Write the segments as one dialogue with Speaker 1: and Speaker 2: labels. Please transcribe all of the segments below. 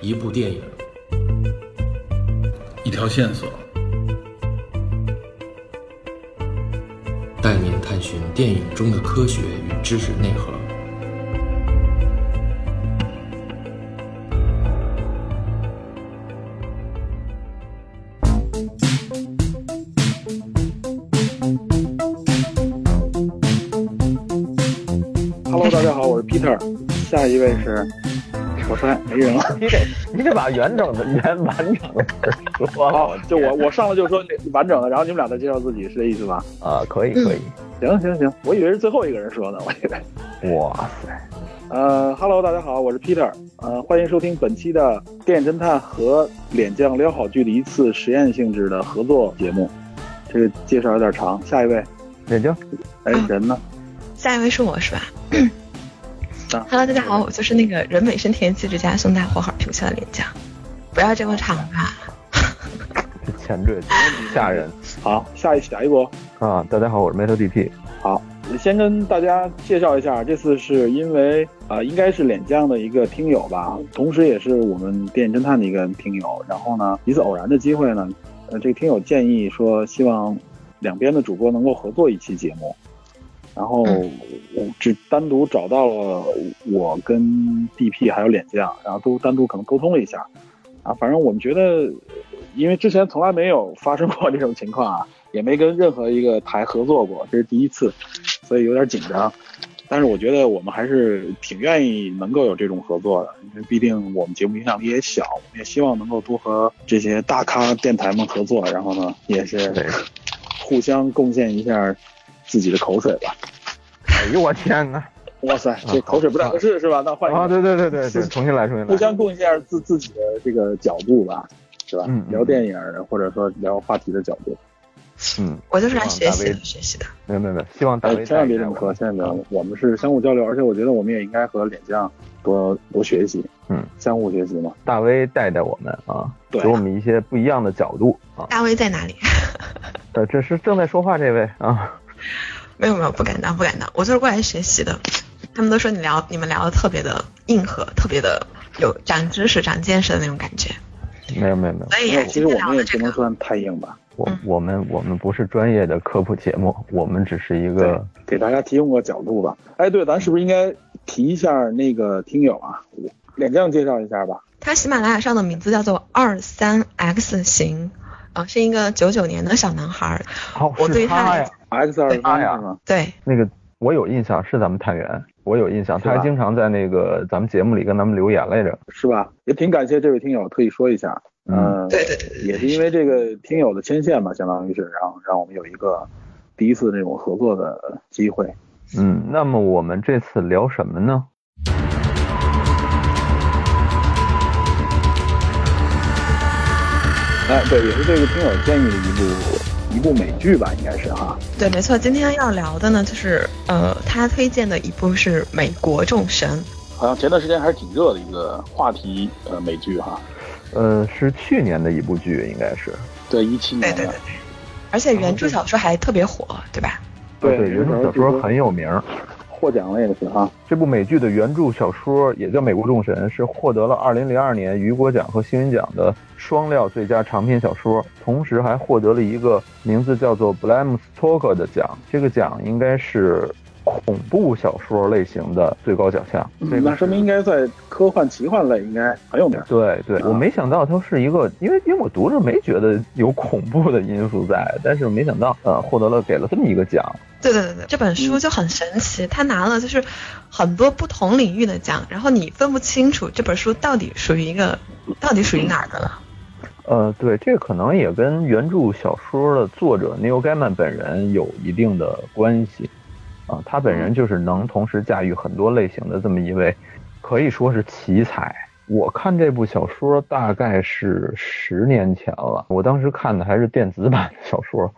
Speaker 1: 一部电影，
Speaker 2: 一条线索，
Speaker 1: 带您探寻电影中的科学与知识内核。
Speaker 3: Hello，大 家好，我是 Peter，下一位是，我发现没人了。
Speaker 4: 你得你得把完整的原完整的词说
Speaker 3: 好
Speaker 4: 了，
Speaker 3: 就我我上来就说完整的，然后你们俩再介绍自己，是这意思吧？
Speaker 4: 啊，可以可以，
Speaker 3: 行行行，我以为是最后一个人说呢，我以为。
Speaker 4: 哇塞，
Speaker 3: 呃哈喽，大家好，我是 Peter，呃，欢迎收听本期的电影侦探和脸酱撩好剧的一次实验性质的合作节目。这个介绍有点长，下一位，
Speaker 4: 眼睛
Speaker 3: 哎，
Speaker 5: 啊
Speaker 3: 人呢？
Speaker 5: 下一位是我是吧？
Speaker 3: 啊
Speaker 5: Hello，大家好，我就是那个人美声甜、气质佳、胸大火好、平胸的脸酱。不要这么长啊吧？
Speaker 4: 前缀吓人
Speaker 3: 好，下一下一波。
Speaker 4: 啊！大家好，我是 Metal DP，
Speaker 3: 先跟大家介绍一下，这次是因为啊、呃应该是脸酱的一个听友吧，同时也是我们电影侦探的一个听友。然后呢，一次偶然的机会呢，呃，这个听友建议说，希望两边的主播能够合作一期节目。然后
Speaker 5: 嗯
Speaker 3: 我只单独找到了我跟 DP 还有脸酱，然后都单独可能沟通了一下。啊，反正我们觉得，因为之前从来没有发生过这种情况啊，也没跟任何一个台合作过，这是第一次，所以有点紧张。但是我觉得我们还是挺愿意能够有这种合作的，因为毕竟我们节目影响力也小，我们也希望能够多和这些大咖电台们合作，然后呢，也是
Speaker 4: 对
Speaker 3: 互相贡献一下自己的口水吧。
Speaker 4: 哎呦我天哪！
Speaker 3: 哇塞，这口水不太合适是吧？那换一
Speaker 4: 啊，
Speaker 3: 个，
Speaker 4: 对对对对对，重新来，重新来，
Speaker 3: 互相贡献一下自自己的这个角度吧，是吧
Speaker 4: 嗯？嗯
Speaker 3: 聊电影儿或者说聊话题的角度。
Speaker 4: 嗯，
Speaker 5: 我就是来
Speaker 4: 嗯
Speaker 5: 学
Speaker 4: 大
Speaker 5: 习
Speaker 4: 卫
Speaker 5: 的，学习的。
Speaker 4: 没有没有没有，希望大嗯
Speaker 3: 哎，
Speaker 4: 卫
Speaker 3: 千万别这么啊
Speaker 4: 带
Speaker 3: 说，千万
Speaker 4: 啊
Speaker 3: 别这么说。我们是相互交流，而且我觉得我们也应该和脸酱多多学习，
Speaker 4: 嗯，
Speaker 3: 相互学习嘛。
Speaker 4: 大威带带我们啊，
Speaker 3: 对啊
Speaker 4: 给我们一些不一样的角度啊。
Speaker 5: 大卫在哪里？
Speaker 4: 呃，这是正在说话这位啊，
Speaker 5: 没有没有，不敢当不敢当，我就是过来学习的。他们都说你聊你们聊的特别的硬核，特别的有长知识、长见识的那种感觉。
Speaker 4: 没有没有没有，
Speaker 5: 所以
Speaker 3: 没有，其
Speaker 5: 今
Speaker 3: 实
Speaker 5: 天
Speaker 3: 我
Speaker 5: 聊
Speaker 3: 们也
Speaker 5: 的
Speaker 3: 不
Speaker 5: 这
Speaker 3: 能
Speaker 5: 个，
Speaker 3: 算太硬吧，
Speaker 4: 我
Speaker 5: 嗯
Speaker 4: 我们我们不是专业的科普节目，我们只是一个
Speaker 3: 给大家提供个角度吧。哎，对，咱是不是应该提一下那个听友啊？脸酱介绍一下吧。
Speaker 5: 他喜马拉雅上的名字叫做二三 X 型，啊、是一个九九年的小男孩儿。
Speaker 4: 哦
Speaker 5: 我对
Speaker 4: 是
Speaker 5: 他
Speaker 4: 他
Speaker 5: 来
Speaker 4: 呀
Speaker 5: 讲，
Speaker 3: X 二
Speaker 4: 对
Speaker 3: 三
Speaker 4: 他呀
Speaker 3: 是吗？
Speaker 5: 对，
Speaker 4: 那个我有印象，是咱们探员，我有印象，
Speaker 3: 是吧
Speaker 4: 他还经常在那个咱们节目里跟咱们留言来着。
Speaker 3: 是吧？也挺感谢这位听友特意说一下，
Speaker 4: 嗯
Speaker 3: 嗯，
Speaker 5: 对对对对
Speaker 3: 也是因为这个听友的牵线吧，相当于是让让我们有一个第一次这种合作的机会。
Speaker 4: 嗯，那么我们这次聊什么呢？
Speaker 3: 哎，对，也是这个听友建议的一部一部美剧吧，应该是哈。
Speaker 5: 对，没错，今天要聊的呢，就是呃，他推荐的一部是《美国众神
Speaker 3: 好像前段时间还是挺热的一个话题，呃，美剧哈，
Speaker 4: 呃，是去年的一部剧，应该是。
Speaker 3: 对，一七》，
Speaker 5: 对
Speaker 3: 年
Speaker 5: 对
Speaker 3: 的
Speaker 4: 啊
Speaker 5: 对，，而且原著小说还特别火，对吧？
Speaker 3: 对
Speaker 4: 对，原著小说很有名儿。
Speaker 3: 获奖了也是哈。
Speaker 4: 这部美剧的原著小说也叫《美国众神》，是获得了2002年雨果奖和星云奖的双料最佳长篇小说，同时还获得了一个名字叫做 Bram Stoker 的奖。这个奖应该是恐怖小说类型的最高奖项。这个
Speaker 3: 嗯那说明应该在科幻奇幻类应该很有名。
Speaker 4: 对对，我没想到它是一个，因为因为我读着没觉得有恐怖的因素在，但是没想到呃获得了给了这么一个奖，
Speaker 5: 对对对嗯对，这本书就很神奇，他拿了就是很多不同领域的奖，然后你分不清楚这本书到底属于一个到底属于哪儿的了。
Speaker 4: 呃对，这可能也跟原著小说的作者 Neil Gaiman 本人有一定的关系，啊、他本人就是能同时驾驭很多类型的这么一位，可以说是奇才。我看这部小说大概是十年前了，我当时看的还是电子版的小说，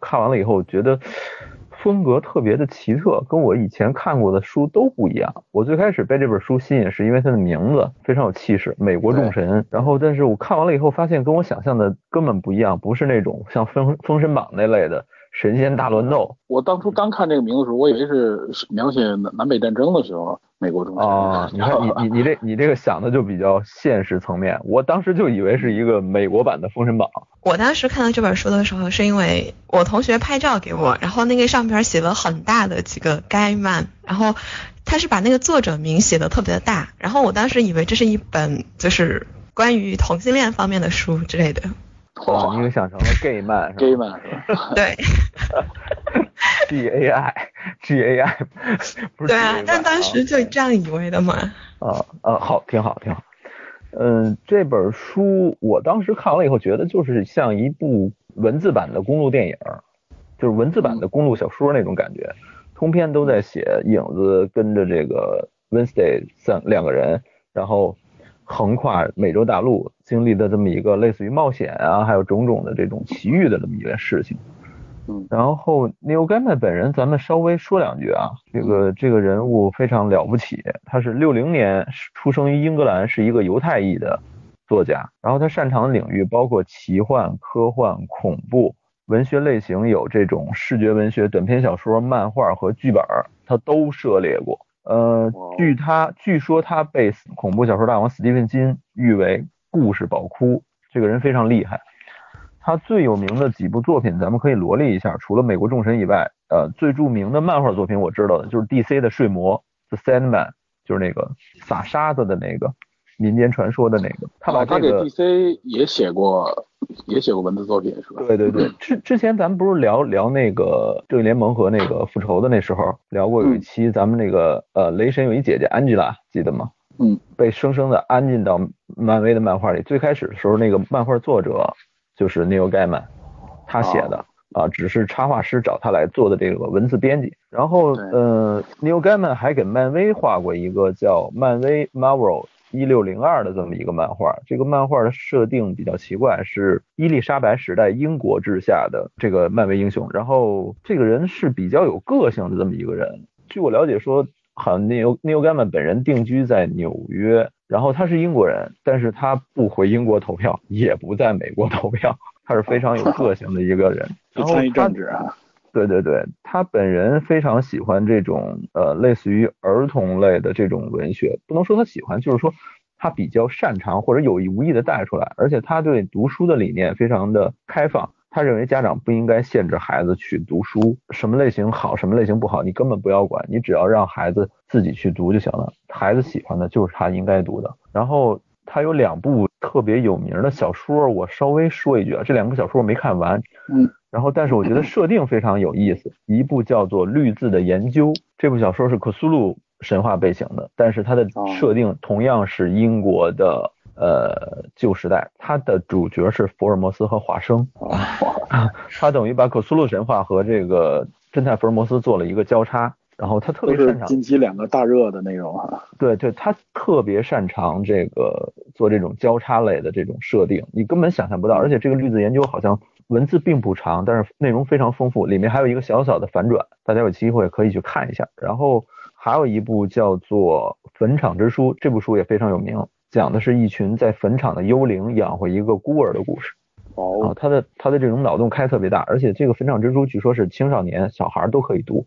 Speaker 4: 看完了以后觉得风格特别的奇特，跟我以前看过的书都不一样。我最开始被这本书吸引是因为它的名字非常有气势，《美国众神》。然后，但是我看完了以后发现跟我想象的根本不一样，不是那种像《封封神榜》那类的。神仙大 乱斗
Speaker 2: 我当初刚看这个名字的时候，我以为是描写南南北战争的时候，美国中心
Speaker 4: 啊！你看你你你这你这个想的就比较现实层面，我当时就以为是一个美国版的《封神榜》
Speaker 5: 我当时看到这本书的时候，是因为我同学拍照给我，然后那个上边写了很大的几个 Gaiman，然后他是把那个作者名写的特别的大，然后我当时以为这是一本就是关于同性恋方面的书之类的，
Speaker 4: 啊，你
Speaker 2: 哇
Speaker 4: 给想成了 gay man 是吧
Speaker 2: gay man 是 吧？
Speaker 4: 啊
Speaker 5: 对
Speaker 4: G A I G A I 不是 G A I 啊。
Speaker 5: 对啊，但当时就这样以为的嘛，
Speaker 4: 啊啊，好，挺好，挺好。嗯，这本书我当时看完了以后，觉得就是像一部文字版的公路电影儿，就是文字
Speaker 5: 嗯
Speaker 4: 版的公路小说那种感觉。通篇都在写影子跟着这个 Wednesday 三两个人，然后横跨美洲大陆，经历的这么一个类似于冒险啊，还有种种的这种奇遇的这么一个事情。
Speaker 2: 嗯
Speaker 4: 然后 Neil Gaiman 本人，咱们稍微说两句啊，这个这个人物非常了不起，他是六零年出生于英格兰，是一个犹太裔的作家，然后他擅长的领域包括奇幻、科幻、恐怖，文学类型有这种视觉文学、短篇小说、漫画和剧本儿，他都涉猎过。呃
Speaker 2: 哇哦，
Speaker 4: 据他据说他被恐怖小说大王斯蒂芬金誉为故事宝库，这个人非常厉害。他最有名的几部作品，咱们可以罗列一下。除了《美国众神》以外，呃，最著名的漫画作品我知道的就是 DC 的《睡魔》（The Sandman），就是那个撒沙子的那个民间传说的那个。他把
Speaker 2: 哦他
Speaker 4: 这
Speaker 2: 给
Speaker 4: 个、
Speaker 2: DC 也写过，也写过文字作品是吧？
Speaker 4: 对 对对，之之前咱们不是聊聊那个正义联盟和那个复仇的那时
Speaker 2: 嗯
Speaker 4: 候聊过有一期，咱们那个呃雷神有一姐姐 Angela 记得吗？
Speaker 2: 嗯，
Speaker 4: 被生生的安进到漫威的漫画里。最开始的时候，那个漫画作者就是 Neil Gaiman，他写的。啊，只是插画师找他来做的这个文字编辑。然后，
Speaker 2: 对
Speaker 4: 呃，Neil Gaiman 还给漫威画过一个叫《漫威 Marvel 一六零二》的这么一个漫画。这个漫画的设定比较奇怪，是伊丽莎白时代英国治下的这个漫威英雄。然后，这个人是比较有个性的这么一个人。据我了解说，好像 Neil Neil Gaiman 本人定居在纽约，然后他是英国人，但是他不回英国投票，也不在美国投票，他是非常有个性的一个人。
Speaker 2: 就
Speaker 4: 然后
Speaker 2: 参与
Speaker 4: 他
Speaker 2: 政治啊，
Speaker 4: 对对对，他本人非常喜欢这种呃类似于儿童类的这种文学，不能说他喜欢，就是说他比较擅长或者有意无意的带出来，而且他对读书的理念非常的开放。他认为家长不应该限制孩子去读书，什么类型好，什么类型不好，你根本不要管，你只要让孩子自己去读就行了。孩子喜欢的就是他应该读的。然后他有两部特别有名的小说，我稍微说一句啊，这两部小说我没看完，然后，但是我觉得设定非常有意思。一部叫做《绿字的研究》，这部小说是克苏鲁神话背景的，但是它的
Speaker 2: 哦
Speaker 4: 设定同样是英国的呃旧时代。它的主角是福尔摩斯和华生，他等于把克苏鲁神话和这个侦探福尔摩斯做了一个交叉。然后他特
Speaker 2: 都
Speaker 4: 别
Speaker 2: 是
Speaker 4: 擅长
Speaker 2: 近期两个大热的内容啊。
Speaker 4: 对对，他特别擅长这个做这种交叉类的这种设定，你根本想象不到。而且这个绿字研究好像文字并不长，但是内容非常丰富，里面还有一个小小的反转，大家有机会可以去看一下。然后还有一部叫做《坟场之书》，这部书也非常有名，讲的是一群在坟场的幽灵养活一个孤儿的故事。啊，
Speaker 2: 哦，
Speaker 4: 他的他的这种脑洞开特别大，而且这个《坟场之书》据说是青少年小孩都可以读，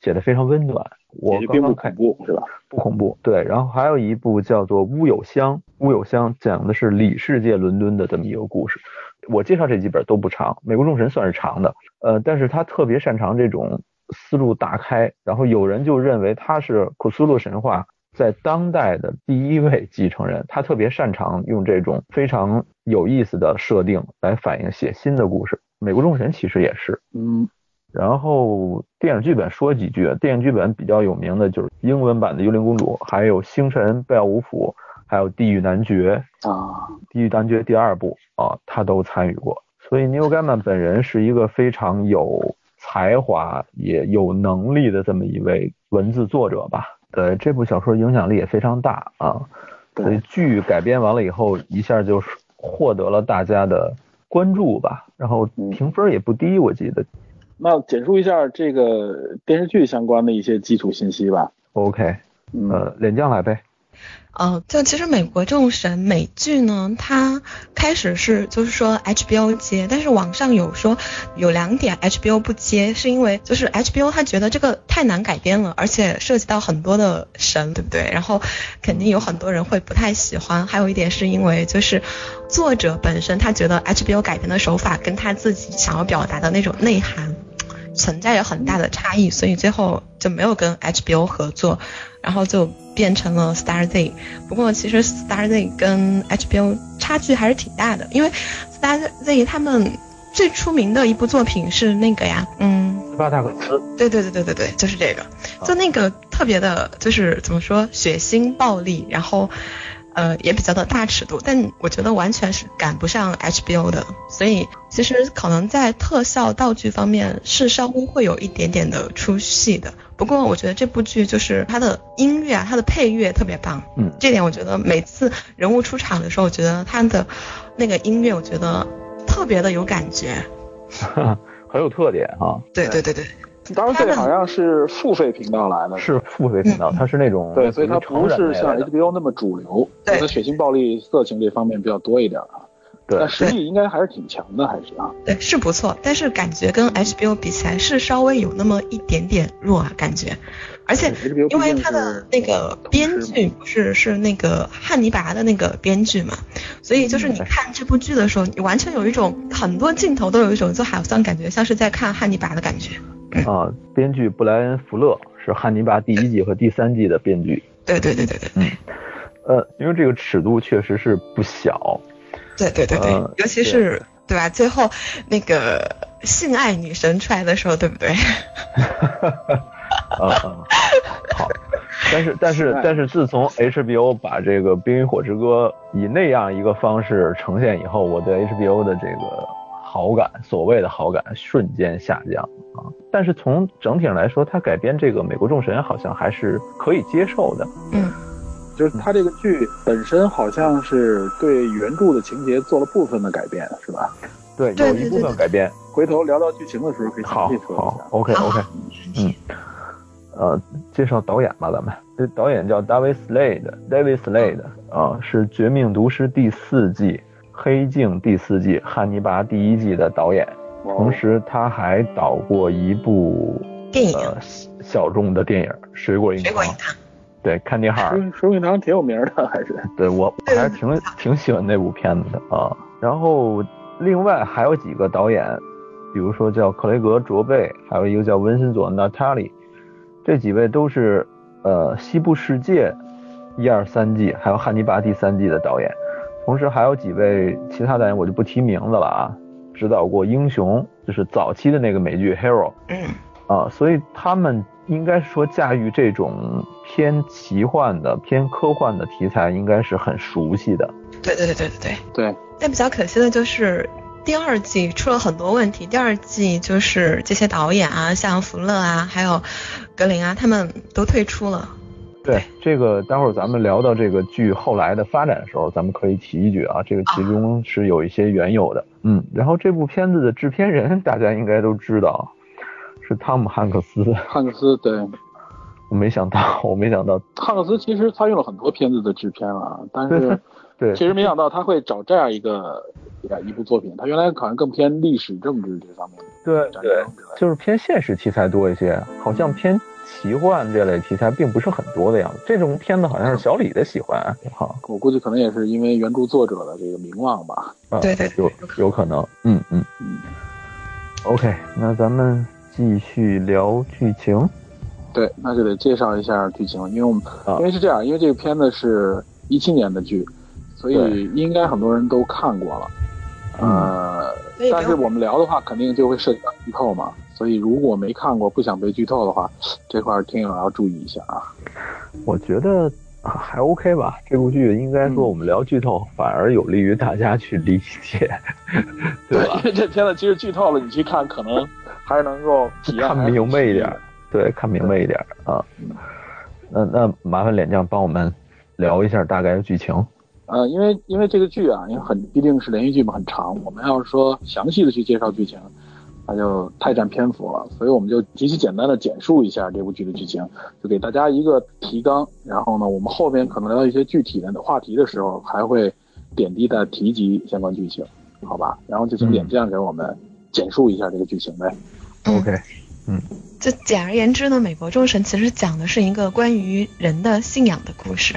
Speaker 4: 写的非常温暖。我
Speaker 2: 也就
Speaker 4: 刚
Speaker 2: 并不
Speaker 4: 刚看
Speaker 2: 恐怖是吧？
Speaker 4: 不恐怖。对，然后还有一部叫做《乌有乡》，《乌有乡》讲的是里世界伦敦的这么一个故事。我介绍这几本都不长，《美国众神》算是长的，呃，但是他特别擅长这种思路大开，然后有人就认为他是库苏鲁神话在当代的第一位继承人，他特别擅长用这种非常有意思的设定来反映写新的故事。《美国众神》其实也是，
Speaker 2: 嗯，
Speaker 4: 然后电影剧本说几句，电影剧本比较有名的就是英文版的《幽灵公主》，还有《星辰贝奥武夫》，还有《地狱男爵》。《
Speaker 2: 啊，
Speaker 4: 地狱男爵》第二部啊，他都参与过。所以 Neil Gaiman 本人是一个非常有才华也有能力的这么一位文字作者吧。对，这部小说影响力也非常大啊。所
Speaker 2: 对，
Speaker 4: 以剧改编完了以后，一下就获得了大家的关注吧，然后
Speaker 2: 嗯
Speaker 4: 评分也不低，我记得。
Speaker 2: 那简述一下这个电视剧相关的一些基础信息吧。
Speaker 4: OK，
Speaker 2: 嗯，
Speaker 4: 呃呃，脸酱来呗。
Speaker 5: 呃，就其实美国这种审美剧呢，它开始是就是说 HBO 接，但是网上有说有两点 HBO 不接，是因为就是 HBO 他觉得这个太难改编了，而且涉及到很多的神，对不对？然后肯定有很多人会不太喜欢。还有一点是因为就是作者本身他觉得 HBO 改编的手法跟他自己想要表达的那种内涵。存在着很大的差异，所以最后就没有跟 HBO 合作，然后就变成了 Star Z。不过其实 Star Z 跟 HBO 差距还是挺大的，因为 Star Z 他们最出名的一部作品是那个呀，嗯，
Speaker 4: 斯巴达克斯，
Speaker 5: 对对对对对对，就是这个，就那个特别的，就是怎么说，血腥暴力，然后。呃，也比较的大尺度，但我觉得完全是赶不上 HBO 的，所以其实可能在特效道具方面是稍微会有一点点的出戏的。不过我觉得这部剧就是它的音乐啊，它的配乐特别棒，
Speaker 4: 嗯
Speaker 5: 这点我觉得每次人物出场的时候，我觉得他的那个音乐我觉得特别的有感觉。
Speaker 4: 很有特点啊，
Speaker 5: 对对对对，
Speaker 3: 当然这好像是付费频道来的，
Speaker 4: 是付费频道，它是那种
Speaker 3: 对，所以它
Speaker 4: 成
Speaker 3: 不是
Speaker 4: 人类
Speaker 3: 像
Speaker 4: 的，
Speaker 3: HBO 那么主流，
Speaker 5: 对
Speaker 3: 它血腥、暴力、色情这方面比较多一点啊。
Speaker 4: 对
Speaker 3: 但，实力应该还是挺强的，还是啊。
Speaker 5: 对是不错，但是感觉跟 HBO 比起来是稍微有那么一点点弱啊，感觉，而且
Speaker 3: HBO
Speaker 5: 因为
Speaker 3: 毕竟
Speaker 5: 他的
Speaker 3: 是
Speaker 5: 那个编剧不是是那个汉尼拔的那个编剧嘛，所以就是你看这部剧的时候，你完全有一种很多镜头都有一种就好像感觉像是在看汉尼拔的感觉。
Speaker 4: 啊，编剧布莱恩·福勒是《汉尼拔》第一季和第三季的编剧，
Speaker 5: 对对对对对
Speaker 4: 呃，因为这个尺度确实是不小，
Speaker 5: 对对对对，
Speaker 4: 呃
Speaker 5: 尤其是对吧？最后那个性爱女神出来的时候，对不对？
Speaker 4: 啊、嗯，好，但是但是
Speaker 3: 哎
Speaker 4: 但是自从 HBO 把这个《冰与火之歌》以那样一个方式呈现以后，我对 HBO 的这个好感，所谓的好感瞬间下降啊。但是从整体上来说，它改编这个《美国众神》好像还是可以接受的，
Speaker 3: 就是它这个剧本身好像是对原著的情节做了部分的改变，是吧？
Speaker 4: 对，
Speaker 5: 对
Speaker 4: 有一
Speaker 5: 对
Speaker 4: 部
Speaker 5: 对
Speaker 4: 分
Speaker 5: 对
Speaker 4: 改编，
Speaker 3: 回头聊到剧情的时候可以详
Speaker 4: 好
Speaker 3: 细说一
Speaker 4: 好
Speaker 3: 下。
Speaker 4: ，OK
Speaker 5: 好
Speaker 4: OK，嗯，呃，介绍导演吧，咱们这导演叫 David Slade，David Slade 啊、是《绝命毒师》第四季、《黑镜》第四季、《汉尼拔》第一季的导演，
Speaker 3: 哇哦
Speaker 4: 同时他还导过一部
Speaker 5: 电影
Speaker 4: 呃小众的电影《水果
Speaker 5: 《
Speaker 4: 银
Speaker 5: 水
Speaker 4: 行
Speaker 5: 果》银，行》
Speaker 4: 对，坎迪哈尔，
Speaker 3: 水水影堂挺有名的，还是
Speaker 4: 对我我还是挺挺喜欢那部片子的啊。然后另外还有几个导演，比如说叫克雷格·卓贝，还有一个叫温森佐·纳塔利，这几位都是呃《西部世界》一二三季，还有《汉尼拔》第三季的导演。同时还有几位其他导演我就不提名字了啊，指导过《英雄》，就是早期的那个美剧《Hero》，
Speaker 5: 嗯，
Speaker 4: 啊，所以他们应该说驾驭这种偏奇幻的、偏科幻的题材，应该是很熟悉的。
Speaker 5: 对对对对对对。
Speaker 3: 对，
Speaker 5: 但比较可惜的就是第二季出了很多问题。第二季就是这些导演啊，像福勒啊，还有格林啊，他们都退出了。对
Speaker 4: 对，这个待会儿咱们聊到这个剧后来的发展的时候，咱们可以提一句啊，这个其中是有一些缘由的。嗯，然后这部片子的制片人大家应该都知道，啊是汤姆汉克斯。
Speaker 3: 汉克斯对
Speaker 4: 我没想到，我没想到，
Speaker 3: 汉克斯其实参与了很多片子的制片啊，但
Speaker 4: 对
Speaker 3: 是
Speaker 4: 对，
Speaker 3: 其实没想到他会找这样一个呃一部作品，他原来好像更偏历史、政治这方面的
Speaker 4: 对
Speaker 3: 战争
Speaker 4: 对，
Speaker 3: 之类的。
Speaker 4: 就是偏现实题材多一些，好像偏奇幻这类题材并不是很多的样子。这种片子好像是小李的喜欢，啊哈，
Speaker 3: 我估计可能也是因为原著作者的这个名望吧。
Speaker 4: 啊
Speaker 5: 对对对
Speaker 4: 有有可能，嗯嗯
Speaker 3: 嗯。
Speaker 4: OK，那咱们继续聊剧情，
Speaker 3: 对，那就得介绍一下剧情，因为我们、
Speaker 4: 啊
Speaker 3: 因为是这样，因为这个片子是一七年的剧，所
Speaker 4: 对嗯
Speaker 3: 以应该很多人都看过了。呃，
Speaker 5: 所以不
Speaker 3: 但是
Speaker 5: 用
Speaker 3: 我们聊的话，肯定就会涉及到剧透嘛。所以如果没看过，不想被剧透的话，这块儿听友要注意一下啊。
Speaker 4: 我觉得。啊还 OK 吧，这部剧应该说
Speaker 3: 嗯
Speaker 4: 我们聊剧透，反而有利于大家去理解，对吧
Speaker 3: 因？为这片子其实剧透了，你去看可能还是能够体验
Speaker 4: 看明白一点儿。，对，看明白一点儿啊。那那麻烦脸酱帮我们聊一下大概的剧情。
Speaker 3: 呃，因为因为这个剧啊，因为很毕竟是连续剧嘛，很长，我们要是说详细的去介绍剧情，啊、它就太占篇幅了，所以我们就极其简单的简述一下这部剧的剧情，就给大家一个提纲。然后呢，我们后边可能聊到一些具体的话题的时候，还会点滴的提及相关剧情，好吧？然后就请点将给我们简述一下这个剧情呗。
Speaker 5: 嗯
Speaker 4: OK，
Speaker 5: 就简而言之呢，《美国众神》其实讲的是一个关于人的信仰的故事。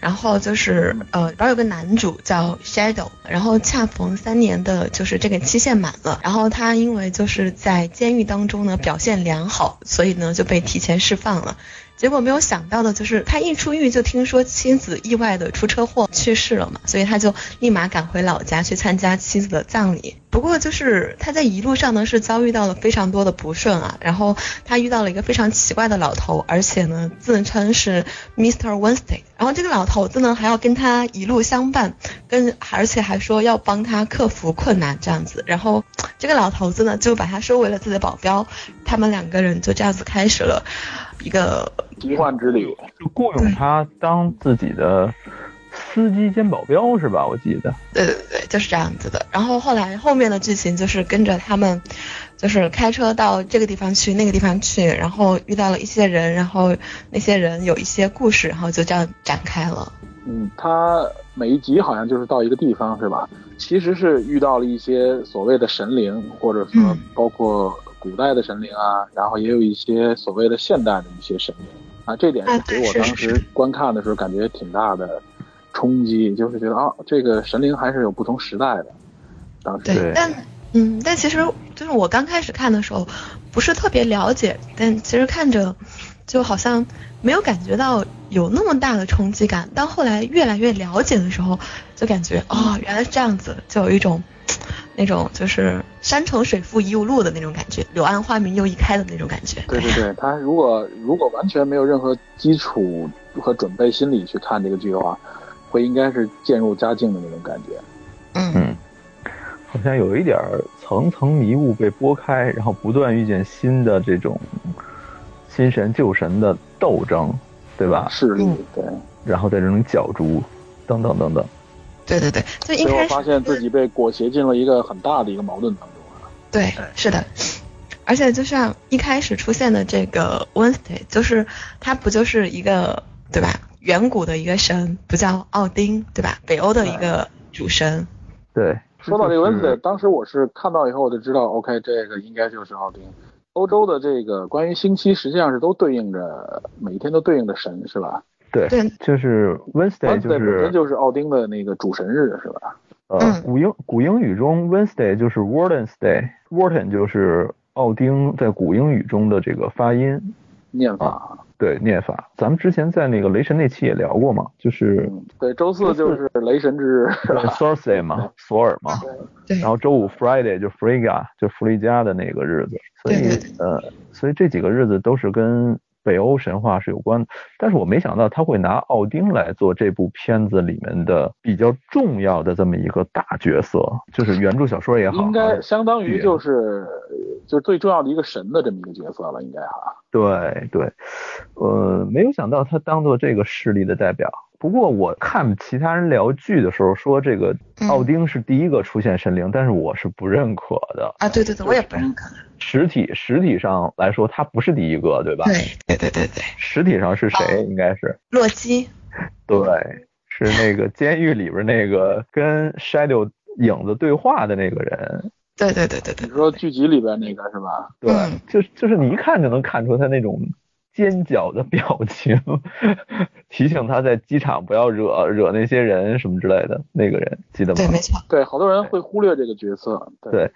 Speaker 5: 然后就是呃，里边有个男主叫 Shadow，然后恰逢三年的就是这个期限满了，然后他因为就是在监狱当中呢表现良好，所以呢就被提前释放了。结果没有想到的就是，他一出狱就听说妻子意外的出车祸去世了嘛，所以他就立马赶回老家去参加妻子的葬礼。不过就是他在一路上呢是遭遇到了非常多的不顺啊，然后他遇到了一个非常奇怪的老头，而且呢自称是 Mr. Wednesday，然后这个老头子呢还要跟他一路相伴，跟而且还说要帮他克服困难这样子，然后这个老头子呢就把他收为了自己的保镖，他们两个人就这样子开始了一个
Speaker 3: 奇幻之旅，
Speaker 4: 就雇佣他当自己的司机兼保镖是吧？我记得。
Speaker 5: 对对对，就是这样子的。然后后来后面的剧情就是跟着他们，就是开车到这个地方去，那个地方去，然后遇到了一些人，然后那些人有一些故事，然后就这样展开了。
Speaker 3: 嗯，他每一集好像就是到一个地方是吧？其实是遇到了一些所谓的神灵，或者说
Speaker 5: 嗯
Speaker 3: 包括古代的神灵啊，然后也有一些所谓的现代的一些神灵啊，这点
Speaker 5: 啊
Speaker 3: 是
Speaker 5: 对
Speaker 3: 给我
Speaker 5: 是
Speaker 3: 当
Speaker 5: 是
Speaker 3: 时观看的时候感觉挺大的冲击，就是觉得啊，这个神灵还是有不同时代的。当时
Speaker 4: 对
Speaker 5: 但嗯，但其实就是我刚开始看的时候不是特别了解，但其实看着就好像没有感觉到有那么大的冲击感。当后来越来越了解的时候，就感觉哦，原来是这样子，就有一种。那种就是山重水复疑无路的那种感觉，柳暗花明又一开的那种感觉。
Speaker 3: 对对对，他如果如果完全没有任何基础和准备心理去看这个剧的话，会应该是渐入佳境的那种感觉。
Speaker 5: 嗯，
Speaker 4: 嗯，好像有一点儿层层迷雾被拨开，然后不断遇见新的这种新神旧神的斗争，对吧？
Speaker 3: 势力
Speaker 5: 嗯
Speaker 3: 对。
Speaker 4: 然后在这种角逐，等等等等。
Speaker 5: 对对对，就一
Speaker 3: 最后
Speaker 5: 开始
Speaker 3: 发现自己被裹挟进了一个很大的一个矛盾当中啊。
Speaker 5: 对，是的。而且就像一开始出现的这个 Wednesday，就是他不就是一个对吧？远古的一个神，不叫奥丁对吧？北欧的一个主神，
Speaker 4: 对，
Speaker 3: 说到这个
Speaker 4: 就是
Speaker 3: Wednesday，当时我是看到以后我就知道，OK，这个应该就是奥丁。欧洲的这个关于星期，实际上是都对应着每天都对应着神，是吧
Speaker 4: 对，
Speaker 5: 对
Speaker 4: 就是 Wednesday，就
Speaker 3: ？Wednesday 本
Speaker 4: 是
Speaker 3: 身就是奥丁的那个主神日，是吧？
Speaker 4: 呃，
Speaker 5: 嗯
Speaker 4: 古英古英语中 Wednesday 就是 Warden's Day，Warden 就是奥丁在古英语中的这个发音，
Speaker 3: 念法，
Speaker 4: 对念法。咱们之前在那个雷神那期也聊过嘛，就是
Speaker 3: 嗯，对，周四就是雷神之日，是吧？
Speaker 4: Thursday 嘛，索尔嘛，
Speaker 5: 对
Speaker 4: 然后周五 Friday 就 Frega 就弗利加的那个日子，所以
Speaker 5: 对
Speaker 4: 呃，所以这几个日子都是跟北欧神话是有关的。但是我没想到他会拿奥丁来做这部片子里面的比较重要的这么一个大角色，就是原著小说也好，
Speaker 3: 应该相当于
Speaker 4: 对
Speaker 3: 就是就是最重要的一个神的这么一个角色了，应该哈。
Speaker 4: 对对，呃，没有想到他当做这个势力的代表。不过我看其他人聊剧的时候说，这个
Speaker 5: 嗯
Speaker 4: 奥丁是第一个出现神灵，但是我是不认可的。
Speaker 5: 啊，对对对，我也不认可。
Speaker 4: 实体实体上来说，他不是第一个，对吧？
Speaker 5: 对对对对对，
Speaker 4: 实体上是谁？应该是
Speaker 5: 洛基，
Speaker 4: 对，是那个监狱里边那个跟 Shadow 影子对话的那个人。
Speaker 5: 对对对对对
Speaker 3: 你，说剧集里边那个是吧？
Speaker 4: 对，
Speaker 5: 嗯
Speaker 4: 就就是你一看就能看出他那种尖角的表情， 提醒他在机场不要惹惹那些人什么之类的。那个人记得
Speaker 5: 对，
Speaker 4: 吗
Speaker 5: 没？错，
Speaker 3: 对，好多人会忽略这个角色。对
Speaker 4: 对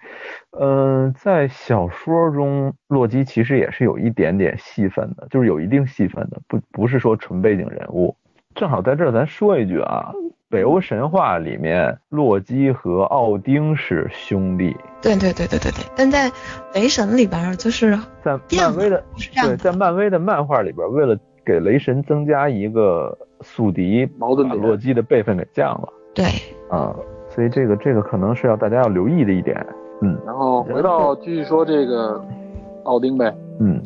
Speaker 4: 嗯、在小说中，洛基其实也是有一点点戏份的，就是有一定戏份的，不不是说纯背景人物。正好在这儿咱说一句啊，北欧神话里面，洛基和奥丁是兄弟，
Speaker 5: 对对对对对对。但在雷神里边儿就是
Speaker 4: 在
Speaker 5: 变
Speaker 4: 漫威的
Speaker 5: 不是这
Speaker 4: 对，
Speaker 5: 样
Speaker 4: 在
Speaker 5: 的，
Speaker 4: 漫威的漫画里边，为了给雷神增加一个宿敌，
Speaker 3: 矛盾
Speaker 4: 把
Speaker 3: 点
Speaker 4: 洛基的辈分给降了
Speaker 5: 对，
Speaker 4: 啊、所以这个这个可能是要大家要留意的一点。嗯
Speaker 3: 然后回到继续说这个奥丁呗，
Speaker 4: 嗯，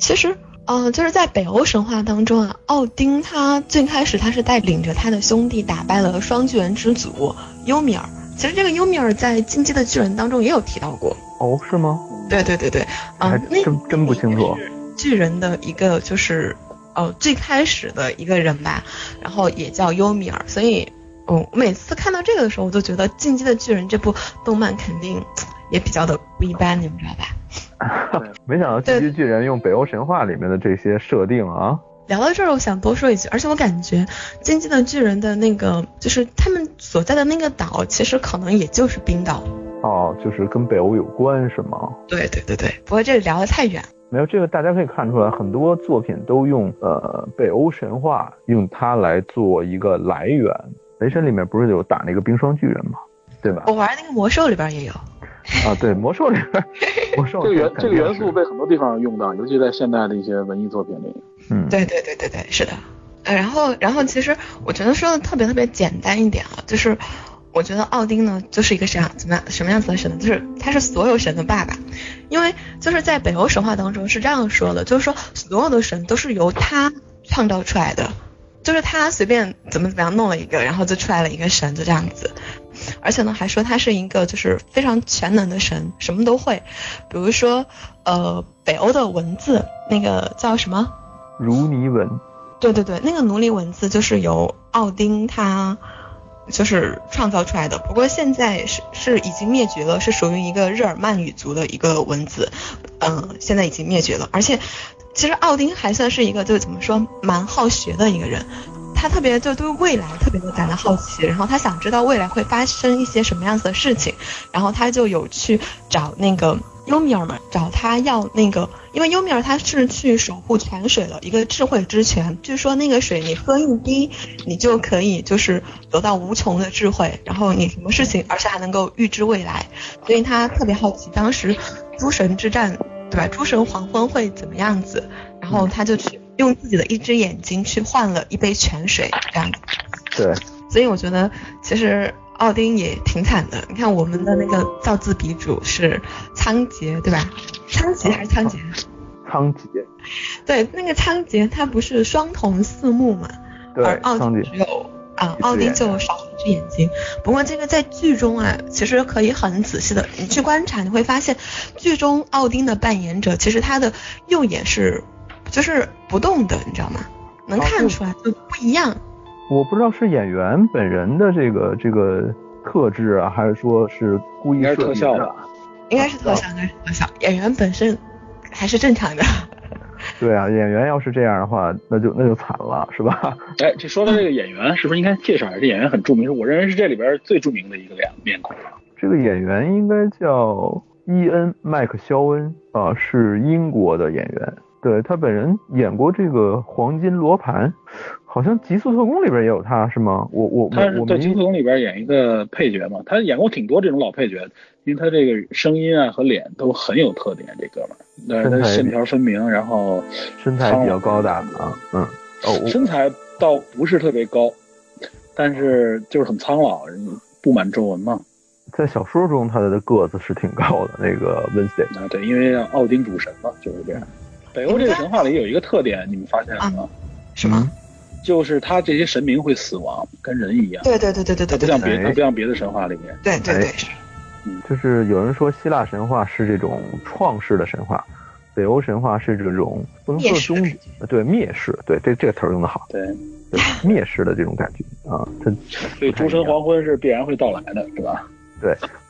Speaker 5: 其实，嗯、就是在北欧神话当中啊，奥丁他最开始他是带领着他的兄弟打败了双巨人之祖尤米尔。其实这个尤米尔在《进击的巨人》当中也有提到过，
Speaker 4: 哦，是吗？
Speaker 5: 对对对对，
Speaker 4: 还
Speaker 5: 嗯，那
Speaker 4: 真真不清楚。
Speaker 5: 巨人的一个就是呃最开始的一个人吧，然后也叫优米尔，所以嗯，我每次看到这个的时候，我就觉得《进击的巨人》这部动漫肯定也比较的不一般，你们知道吧？
Speaker 4: 没想到《
Speaker 5: 对
Speaker 4: 进击巨人》用北欧神话里面的这些设定啊，
Speaker 5: 聊到这儿，我想多说一句，而且我感觉《进击的巨人》的那个，就是他们所在的那个岛，其实可能也就是冰岛。
Speaker 4: 哦，就是跟北欧有关是吗？
Speaker 5: 对对对对，不过这聊得太远。
Speaker 4: 没有，这个大家可以看出来，很多作品都用呃北欧神话，用它来做一个来源。雷神里面不是有打那个冰霜巨人吗？对吧
Speaker 2: 哦
Speaker 5: 我？玩那个魔兽里边也有。
Speaker 4: 啊，对，魔兽里 边，魔兽
Speaker 2: 嗯这个元
Speaker 4: 肯
Speaker 2: 这
Speaker 4: 定
Speaker 2: 个元素
Speaker 4: 是
Speaker 2: 被很多地方用到，尤其在现代的一些文艺作品里。
Speaker 4: 嗯，
Speaker 5: 对对对对对，是的。呃，然后然后其实我觉得说的特别特别简单一点啊，就是我觉得奥丁呢就是一个啥怎么样什么样子的神呢？就是他是所有神的爸爸，因为就是在北欧神话当中是这样说的，就是说所有的神都是由他创造出来的。就是他随便怎么怎么样弄了一个，然后就出来了一个神，就这样子。而且呢，还说他是一个就是非常全能的神，什么都会。比如说，呃，北欧的文字，那个叫什么
Speaker 4: 如泥纹，
Speaker 5: 对对对，那个奴隶文字就是由奥丁他就是创造出来的，不过现在是是已经灭绝了，是属于一个日耳曼语族的一个文字，嗯、现在已经灭绝了。而且其实奥丁还算是一个就是怎么说蛮好学的一个人，他特别就对未来特别的感到好奇，然后他想知道未来会发生一些什么样子的事情，然后他就有去找那个优米尔嘛，找他要那个，因为优米尔他是去守护泉水的一个智慧之泉，据说那个水你喝一滴，你就可以就是得到无穷的智慧，然后你什么事情，而且还能够预知未来，所以他特别好奇当时诸神之战，对吧？诸神黄昏会怎么样子？然后他就去用自己的一只眼睛去换了一杯泉水，这样子。
Speaker 4: 对，
Speaker 5: 所以我觉得其实奥丁也挺惨的。你看我们的那个造字鼻祖是仓颉，对吧？仓颉还是仓颉？
Speaker 4: 仓颉，
Speaker 5: 对，那个仓颉他不是双瞳四目嘛，
Speaker 4: 对
Speaker 5: 而，
Speaker 2: 哦
Speaker 5: 奥
Speaker 4: 仓
Speaker 5: 丁
Speaker 4: 颉
Speaker 5: 只，有
Speaker 4: 一
Speaker 5: 啊，
Speaker 4: 只
Speaker 5: 奥丁
Speaker 4: 眼
Speaker 5: 就少了一只眼睛。不过这个在剧中啊，其实可以很仔细的你去观察，你会发现剧中奥丁的扮演者其实他的右眼是就是不动的，你知道吗？能
Speaker 4: 哦
Speaker 5: 看
Speaker 4: 是
Speaker 5: 出来就不一样。
Speaker 4: 我不知道是演员本人的这个这个特质啊，还是说是故
Speaker 2: 应
Speaker 4: 意
Speaker 2: 该是
Speaker 4: 设
Speaker 2: 特
Speaker 4: 计
Speaker 2: 效
Speaker 4: 的
Speaker 2: 吧？
Speaker 5: 应该是特效，应该是特效。演员本身还是正常的。
Speaker 2: 嗯
Speaker 4: 对啊，演员要是这样的话，那就那就惨了，是吧？
Speaker 2: 哎，这说到这个演员，是不是应该介绍一下？这演员很著名，我认为是这里边最著名的一个脸面孔。
Speaker 4: 这个演员应该叫伊恩·麦克肖恩啊、是英国的演员。对他本人演过这个《黄金罗盘》，好像《极速特工》里边也有他，是吗？我我
Speaker 2: 他
Speaker 4: 我
Speaker 2: 是
Speaker 4: 我
Speaker 2: 在《金
Speaker 4: 没
Speaker 2: 丝龙》里边演一个配角嘛，他演过挺多这种老配角，因为他这个声音啊和脸都很有特点，这哥们儿，但是他线条分明，然后哦
Speaker 4: 身材比较高大啊，嗯，哦，我
Speaker 2: 身材倒不是特别高，但是就是很苍老，布满皱纹嘛。
Speaker 4: 在小说中他的个子是挺高的，那个温斯
Speaker 2: 啊，对，因为奥丁主神嘛，就是这样。北欧这个神话里有一个特点，你们发现了吗？
Speaker 5: 是吗？
Speaker 2: 嗯就是他这些神明会死亡，跟人一样，
Speaker 5: 对对对对对
Speaker 2: 他
Speaker 5: 对
Speaker 2: 不
Speaker 5: 对
Speaker 2: 像
Speaker 5: 对
Speaker 2: 别
Speaker 4: 哎
Speaker 2: 他不像别的神话里面。
Speaker 5: 对对对
Speaker 4: 哎
Speaker 5: 是
Speaker 4: 就是有人说希腊神话是这种创世的神话，北欧神话是这种不能说
Speaker 5: 灭世的
Speaker 4: 宗
Speaker 5: 感
Speaker 4: 对蔑视，对这这个词儿用的好，
Speaker 2: 对，
Speaker 4: 对 吧蔑视的这种感觉啊。它
Speaker 2: 所以诸神黄昏是必然会到来的，是吧？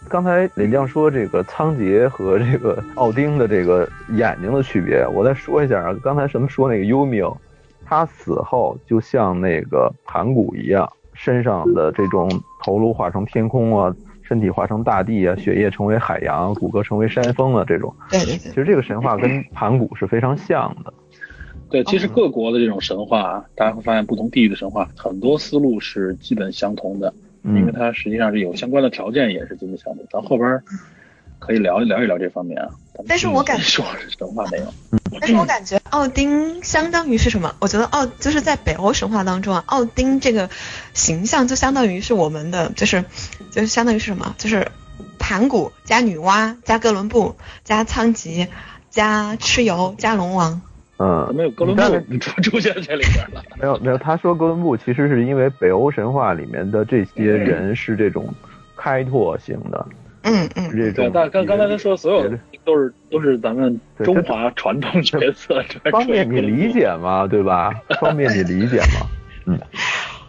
Speaker 4: 刚才林亮说这个仓颉和这个奥丁的这个眼睛的区别，我再说一下啊，刚才什么说那个幽冥，他死后就像那个盘古一样，身上的这种头颅化成天空啊，身体化成大地啊，血液成为海洋，骨骼成为山峰啊，这种。
Speaker 5: 对对对
Speaker 4: 其实这个神话跟盘古是非常像的。
Speaker 2: 对，其实
Speaker 5: 嗯
Speaker 2: 各国的这种神话，啊大家会发现不同地域的神话很多思路是基本相同的，因为
Speaker 4: 嗯，
Speaker 2: 它实际上是有相关的条件，也是基本相同。咱后边儿可以聊一聊一聊这方面啊。咱们
Speaker 5: 但是我感 觉
Speaker 2: 说是神话没有，
Speaker 5: 但是我感觉奥丁相当于是什么？我觉得奥就是在北欧神话当中啊，奥丁这个形象就相当于是我们的，就是就是相当于是什么？就是盘古加女娲加哥伦布加仓颉加蚩尤加龙王。
Speaker 2: 怎
Speaker 4: 嗯，
Speaker 2: 么有哥伦布 出出现在这里边了？
Speaker 4: 没有没有，他说哥伦布其实是因为北欧神话里面的这些人是这种开拓型的，
Speaker 5: 嗯嗯，
Speaker 4: 这
Speaker 2: 对，
Speaker 4: 种
Speaker 2: 但刚刚才他说的所有
Speaker 4: 对
Speaker 2: 都是都是咱们
Speaker 4: 对
Speaker 2: 中
Speaker 4: 这
Speaker 2: 华传统角色，
Speaker 4: 方便你理。解嘛，对吧？方便你理解嘛。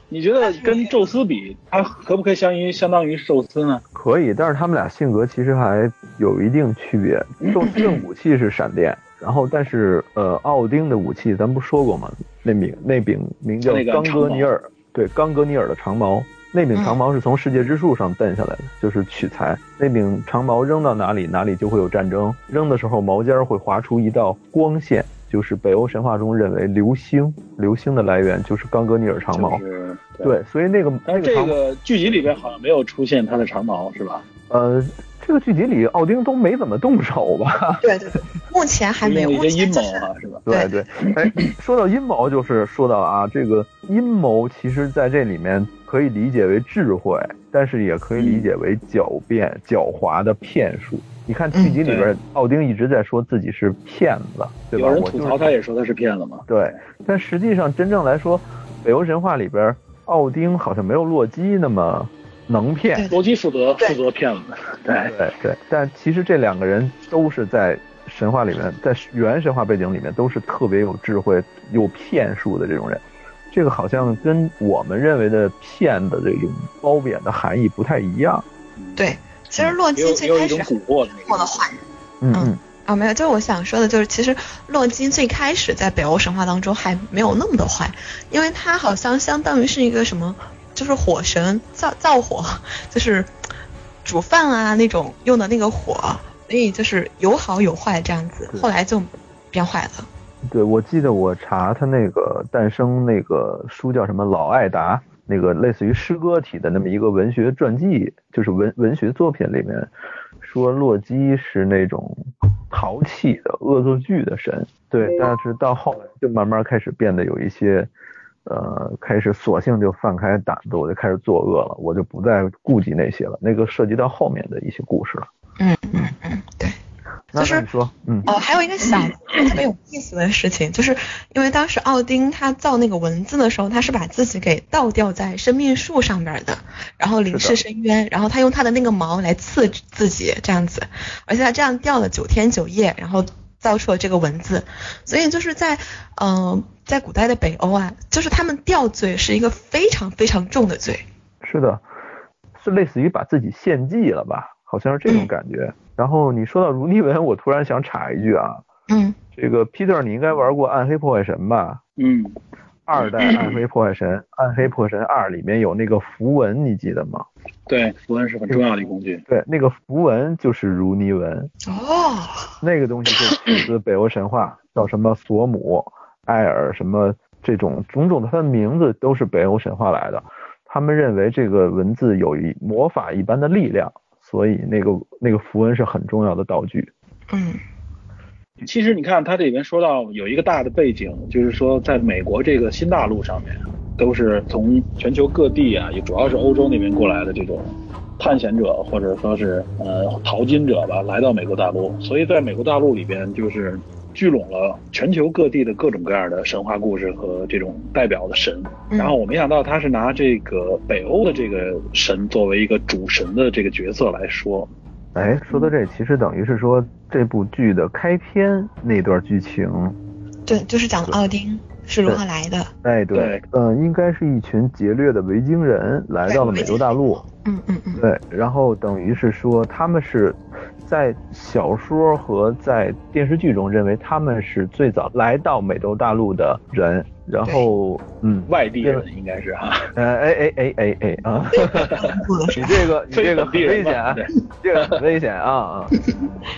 Speaker 2: 你觉得跟宙斯比，他可不可以相于相当于宙斯呢？
Speaker 4: 可以，但是他们俩性格其实还有一定区别。 宙斯的武器是闪电，然后但是呃，奥丁的武器咱不说过吗？那柄那柄名叫
Speaker 2: 那个
Speaker 4: 冈
Speaker 2: 长
Speaker 4: 格
Speaker 2: 矛嗯
Speaker 4: 尼尔，对，冈格尼尔的长矛。那柄长矛是从世界之树上蹬下来的，就是取材。那柄长矛扔到哪里，哪里就会有战争。扔的时候，矛尖儿会划出一道光线，就是北欧神话中认为流星，流星的来源就是冈格尼尔长矛。
Speaker 2: 就是，
Speaker 4: 对，所以那个
Speaker 2: 但是
Speaker 4: 那个
Speaker 2: 这
Speaker 4: 长矛，
Speaker 2: 个剧集里边好像没有出现他的长矛，是吧？
Speaker 4: 呃，这个剧集里奥丁都没怎么动手吧？
Speaker 5: 对对对，目前还没有，
Speaker 2: 用了
Speaker 5: 目
Speaker 2: 一些
Speaker 5: 前
Speaker 2: 阴谋
Speaker 5: 就是
Speaker 2: 啊，是吧？
Speaker 4: 对对，哎，说到阴谋，就是说到啊，这个阴谋其实在这里面可以理解为智慧，但是也可以
Speaker 2: 嗯
Speaker 4: 理解为狡辩、狡猾的骗术。
Speaker 2: 嗯
Speaker 4: 你看剧集里边，奥丁一直在说自己是骗子，对吧？
Speaker 2: 有人
Speaker 4: 我
Speaker 2: 吐
Speaker 4: 就
Speaker 2: 槽
Speaker 4: 是
Speaker 2: 他也说他是骗子嘛。
Speaker 4: 对，但实际上真正来说，北欧神话里边，奥丁好像没有洛基那么能骗。
Speaker 5: 对
Speaker 2: 罗辑负责
Speaker 5: 对
Speaker 2: 负责骗子，对，
Speaker 4: 对对，但其实这两个人都是在神话里面，在原神话背景里面都是特别有智慧、有骗术的这种人。这个好像跟我们认为的骗的这种褒贬的含义不太一样。
Speaker 5: 对，其实洛
Speaker 2: 也有
Speaker 5: 基
Speaker 2: 也
Speaker 5: 最
Speaker 2: 有一
Speaker 5: 开
Speaker 2: 种
Speaker 5: 始
Speaker 2: 蛊惑的那
Speaker 5: 我的
Speaker 2: 个。
Speaker 5: 坏人
Speaker 4: 嗯
Speaker 5: 嗯啊，没有，就是我想说的，就是其实洛基最开始在北欧神话当中还没有那么的坏，因为他好像相当于是一个什么，就是火神造造火，就是煮饭啊那种用的那个火，所以就是有好有坏这样子，
Speaker 4: 对
Speaker 5: 后来就变坏了。
Speaker 4: 对，我记得我查他那个诞生那个书叫什么《老艾达》，那个类似于诗歌体的那么一个文学传记，就是文文学作品里面说洛基是那种淘气的恶作剧的神，对，但是到后来就慢慢开始变得有一些。呃，开始索性就放开胆子，我就开始作恶了，我就不再顾及那些了。那个涉及到后面的一些故事了。
Speaker 5: 嗯嗯嗯，对。
Speaker 4: 那
Speaker 5: 就是
Speaker 4: 那你说，嗯，
Speaker 5: 哦，还有一个小特别有意思的事情，就是因为当时奥丁他造那个文字的时候，他是把自己给倒吊在生命树上边的，然后
Speaker 4: 是
Speaker 5: 凝
Speaker 4: 的
Speaker 5: 视深渊，然后他用他的那个矛来刺自己这样子，而且他这样吊了九天九夜，然后造出了这个文字，所以就是在嗯、呃在古代的北欧啊，就是他们吊罪是一个非常非常重的罪。
Speaker 4: 是的，是类似于把自己献祭了吧？好像是这种感觉。然后你说到如尼文，我突然想插一句啊，
Speaker 5: 嗯，
Speaker 4: 这个 Peter，你应该玩过《暗黑破坏神》吧？
Speaker 2: 嗯，
Speaker 4: 二代《暗黑破坏神》，《暗黑破坏神二》里面有那个符文，你记得吗？
Speaker 2: 对，符文是很重要的一个工具。
Speaker 4: 对，那个符文就是如尼文，
Speaker 5: 哦，
Speaker 4: 那个东西就取自北欧神话，叫什么索姆、艾尔什么这种种种的，它的名字都是北欧神话来的。他们认为这个文字有一魔法一般的力量，所以那个那个符文是很重要的道具。
Speaker 5: 嗯
Speaker 2: 其实你看，它这里面说到有一个大的背景，就是说在美国这个新大陆上面，都是从全球各地啊，也主要是欧洲那边过来的这种探险者，或者说是呃淘金者吧，来到美国大陆，所以在美国大陆里边就是聚拢了全球各地的各种各样的神话故事和这种代表的神。
Speaker 5: 嗯
Speaker 2: 然后我没想到他是拿这个北欧的这个神作为一个主神的这个角色来说，
Speaker 4: 哎，说到这，其实等于是说这部剧的开篇那段剧情，
Speaker 5: 对，就是讲奥丁是如何来的。
Speaker 4: 哎，对
Speaker 2: 对，
Speaker 4: 嗯、应该是一群劫掠的维京人来到了美洲大陆，
Speaker 5: 嗯嗯嗯，
Speaker 4: 对，然后等于是说他们是在小说和在电视剧中认为他们是最早来到美洲大陆的人，然后嗯，
Speaker 2: 外地人应该是哈、
Speaker 4: 呃，哎哎哎哎哎啊，
Speaker 5: 不的 是
Speaker 4: 你
Speaker 5: 吧？
Speaker 4: 这个你这
Speaker 2: 非本
Speaker 4: 个很
Speaker 2: 地人
Speaker 4: 危
Speaker 2: 吧
Speaker 4: 险啊，你这个很危险啊啊，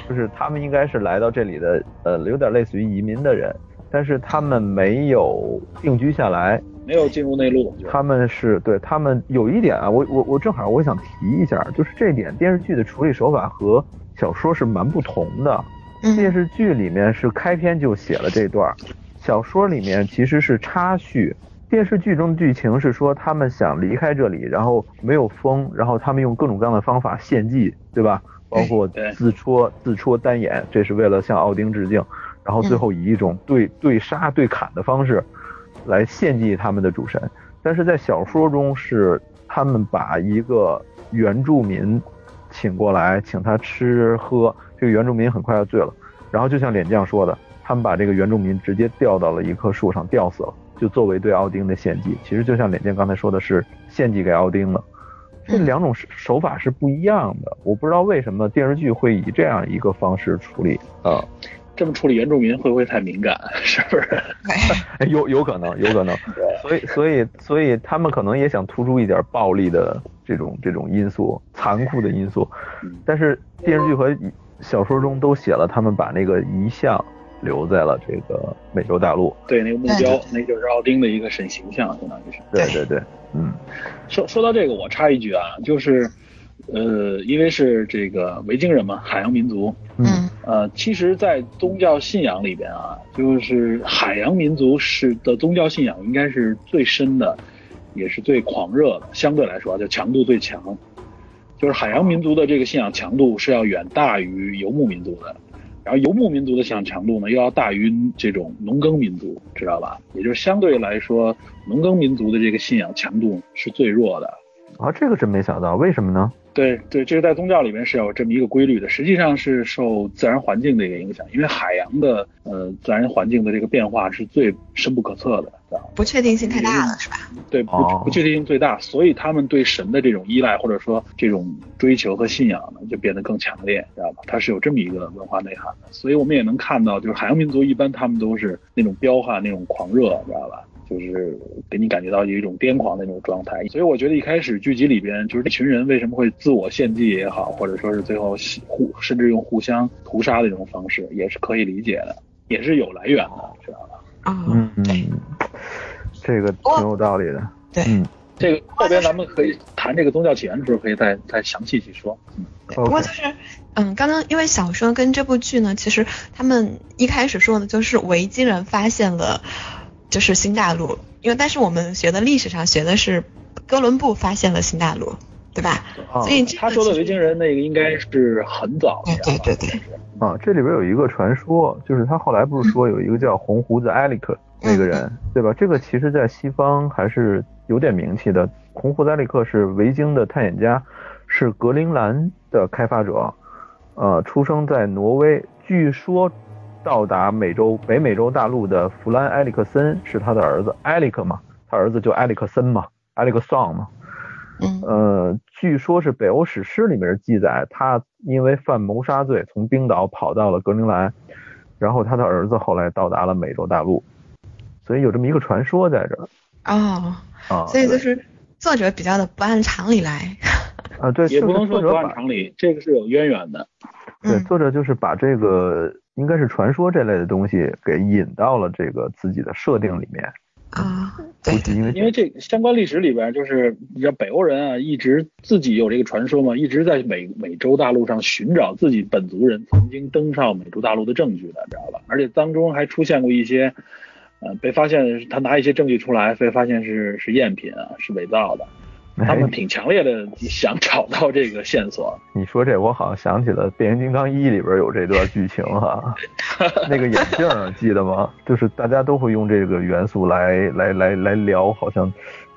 Speaker 4: 就是他们应该是来到这里的，呃，有点类似于移民的人，但是他们没有定居下来，
Speaker 2: 没有进入内陆。
Speaker 4: 他们是对他们有一点啊，我我我正好我想提一下，就是这点电视剧的处理手法和小说是蛮不同的。电
Speaker 5: 嗯
Speaker 4: 视剧里面是开篇就写了这段儿，小说里面其实是插叙。电视剧中的剧情是说他们想离开这里，然后没有风，然后他们用各种各样的方法献祭，对吧？包括
Speaker 2: 对
Speaker 4: 自戳自戳单眼，这是为了向奥丁致敬。然后最后以一种对对杀对砍的方式来献祭他们的主神。但是在小说中是他们把一个原住民请过来，请他吃喝，这个原住民很快要醉了。然后就像脸酱说的，他们把这个原住民直接吊到了一棵树上，吊死了，就作为对奥丁的献祭。其实就像脸酱刚才说的是献祭给奥丁了，这两种手手法是不一样的。我不知道为什么电视剧会以这样一个方式处理啊、
Speaker 2: 这么处理原住民会不会太敏感？ 是不是？
Speaker 4: 哎 有有可能，有可能。所以所以所以他们可能也想突出一点暴力的这种这种因素，残酷的因素。但是电视剧和小说中都写了，他们把那个遗像留在了这个美洲大陆。
Speaker 2: 对，那个目
Speaker 5: 对
Speaker 2: 标，那就是奥丁的一个神形象，相当于是。
Speaker 4: 对
Speaker 5: 对
Speaker 4: 对对，嗯，
Speaker 2: 说说到这个，我插一句啊，就是，呃，因为是这个维京人嘛，海洋民族，
Speaker 5: 嗯
Speaker 2: 呃，其实，在宗教信仰里边啊，就是海洋民族是的宗教信仰应该是最深的，也是最狂热的，相对来说啊，就强度最强。就是海洋民族的这个信仰强度是要远大于游牧民族的，然后游牧民族的信仰强度呢，又要大于这种农耕民族，知道吧？也就是相对来说，农耕民族的这个信仰强度是最弱的。
Speaker 4: 啊，这个真没想到，为什么呢？
Speaker 2: 对对，这个在宗教里面是有这么一个规律的，实际上是受自然环境的一个影响，因为海洋的呃自然环境的这个变化是最深不可测的，知道吗
Speaker 5: 不确定性太大了，是吧？
Speaker 2: 对不
Speaker 4: 哦
Speaker 2: 不确定性最大，所以他们对神的这种依赖或者说这种追求和信仰呢，就变得更强烈，知道吧？它是有这么一个文化内涵的，所以我们也能看到，就是海洋民族一般他们都是那种彪悍、那种狂热，知道吧？就是给你感觉到有一种癫狂的那种状态，所以我觉得一开始剧集里边就是这群人为什么会自我献祭也好，或者说是最后互甚至用互相屠杀的这种方式，也是可以理解的，也是有来源的，知道吧？
Speaker 5: 啊，
Speaker 4: 嗯，
Speaker 5: 对
Speaker 4: 这个挺有道理的。
Speaker 5: 对
Speaker 4: 嗯
Speaker 2: 这个后边咱们可以谈这个宗教起源的时候，可以再再详细去说。
Speaker 5: 对不过
Speaker 4: OK，
Speaker 5: 就是，嗯，刚刚因为小说跟这部剧呢，其实他们一开始说的就是维京人发现了就是新大陆，因为但是我们学的历史上学的是哥伦布发现了新大陆，对吧？
Speaker 4: 啊
Speaker 5: 所以这个
Speaker 2: 他说的
Speaker 5: 其实
Speaker 2: 维京人那个应该是很早
Speaker 4: 嗯
Speaker 5: 对
Speaker 2: 的，
Speaker 5: 对对对，
Speaker 4: 啊，这里边有一个传说，就是他后来不是说有一个叫红胡子埃里克那个人，对吧？这个其实在西方还是有点名气的。红胡子埃里克是维京的探险家，是格陵兰的开发者，呃，出生在挪威，据说到达美洲北美洲大陆的弗兰埃里克森是他的儿子，埃里克嘛，他儿子就埃里克森嘛，埃里克桑嘛。
Speaker 5: 嗯
Speaker 4: 呃，据说是北欧史诗里面记载，他因为犯谋杀罪，从冰岛跑到了格陵兰，然后他的儿子后来到达了美洲大陆，所以有这么一个传说在这儿
Speaker 5: 哦，
Speaker 4: 啊。
Speaker 5: 所以就
Speaker 4: 对
Speaker 5: 是作者比较的不按常理来，
Speaker 4: 啊，对，
Speaker 2: 也
Speaker 4: 就
Speaker 2: 不
Speaker 4: 是
Speaker 2: 能说
Speaker 4: 作
Speaker 2: 不
Speaker 4: 者
Speaker 2: 按
Speaker 4: 把
Speaker 2: 常理，这个是有渊源的。
Speaker 4: 对
Speaker 5: 嗯
Speaker 4: 作者就是把这个应该是传说这类的东西给引到了这个自己的设定里面，
Speaker 5: 啊，
Speaker 4: 估
Speaker 5: 对
Speaker 4: 计
Speaker 5: 对，
Speaker 4: 因为
Speaker 2: 因为这个相关历史里边，就是你知道北欧人啊，一直自己有这个传说嘛，一直在美美洲大陆上寻找自己本族人曾经登上美洲大陆的证据的，知道吧？而且当中还出现过一些，呃，被发现他拿一些证据出来，被发现是是赝品啊，是伪造的。他们
Speaker 4: 哎，
Speaker 2: 挺强烈的想找到这个线索，
Speaker 4: 你说这我好像想起了《变形金刚一》里边有这段剧情哈、那个眼镜儿记得吗？就是大家都会用这个元素来来来来聊，好像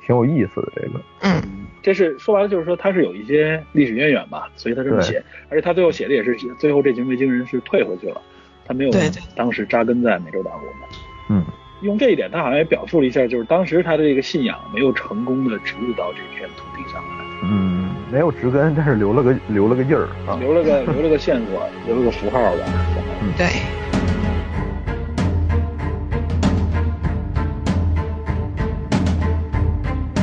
Speaker 4: 挺有意思的这个。
Speaker 5: 嗯
Speaker 2: 这是说白了，就是说他是有一些历史渊源吧，所以他这么
Speaker 4: 对
Speaker 2: 写，而且他最后写的也是，最后这群维京人是退回去了，他没有
Speaker 5: 对对
Speaker 2: 当时扎根在美洲大陆嘛。
Speaker 4: 嗯，
Speaker 2: 用这一点，他好像也表述了一下，就是当时他的这个信仰没有成功的植入到这片土地上来，
Speaker 4: 嗯，没有植根，但是留了个留了个印儿啊。
Speaker 2: 留了个 留了个线索，留了个符号吧。
Speaker 5: 对，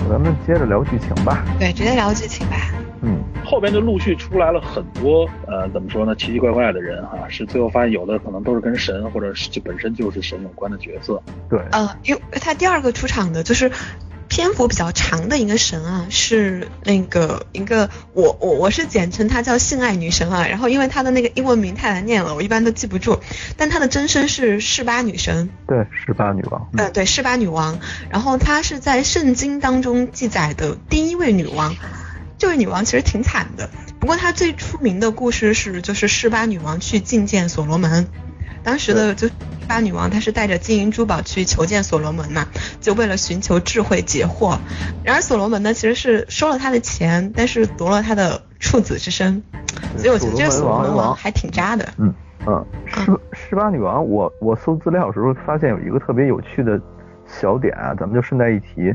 Speaker 4: 咱们接着聊剧情吧。
Speaker 5: 对，直接聊剧情吧，
Speaker 4: 嗯，
Speaker 2: 后边就陆续出来了很多，呃，怎么说呢，奇奇怪怪的人哈、是最后发现有的可能都是跟神或者是就本身就是神有关的角色，
Speaker 4: 对，
Speaker 5: 呃，因为他第二个出场的就是篇幅比较长的一个神啊，是那个一个我我我是简称她叫性爱女神啊，然后因为她的那个英文名太难念了，我一般都记不住，但她的真身是示巴女神，
Speaker 4: 对，十八女王。
Speaker 5: 呃，对，示巴女王。然后她是在圣经当中记载的第一位女王。这位女王其实挺惨的，不过她最出名的故事是，就是示巴女王去觐见所罗门。当时的就示巴女王，她是带着金银珠宝去求见所罗门嘛，就为了寻求智慧解惑。然而所罗门呢，其实是收了她的钱，但是夺了她的处子之身。所以我觉得这个
Speaker 4: 所
Speaker 5: 所
Speaker 4: 罗
Speaker 5: 罗
Speaker 4: 门
Speaker 5: 门
Speaker 4: 王
Speaker 5: 王还挺渣的。
Speaker 4: 嗯嗯，十十八女王，我我搜资料的时候发现有一个特别有趣的小点啊，咱们就顺带一提，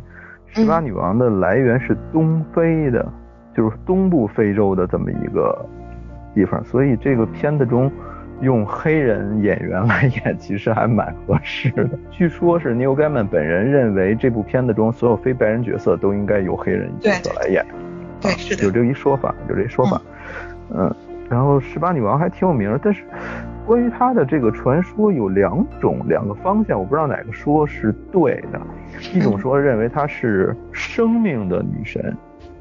Speaker 4: 十八
Speaker 5: 嗯
Speaker 4: 女王的来源是东非的，就是东部非洲的这么一个地方，所以这个片子中用黑人演员来演，其实还蛮合适的。据说是 Neil Gaiman 本人认为这部片子中所有非白人角色都应该由黑人角色来演。
Speaker 5: 对，是
Speaker 4: 啊有
Speaker 5: 的，
Speaker 4: 这一说法，有这一说法。嗯，然后十八女王还挺有名儿，但是关于她的这个传说有两种两个方向，我不知道哪个说是对的。一种说认为她是生命的女神，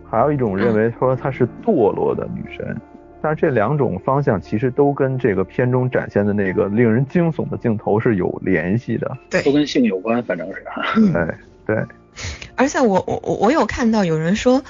Speaker 4: 还有一种认为说她是堕落的女神。但是这两种方向其实都跟这个片中展现的那个令人惊悚的镜头是有联系的。
Speaker 2: 都
Speaker 5: 对。
Speaker 2: 跟性有关，反正是。
Speaker 4: 哎，对，
Speaker 5: 而且我我我我有看到有人说，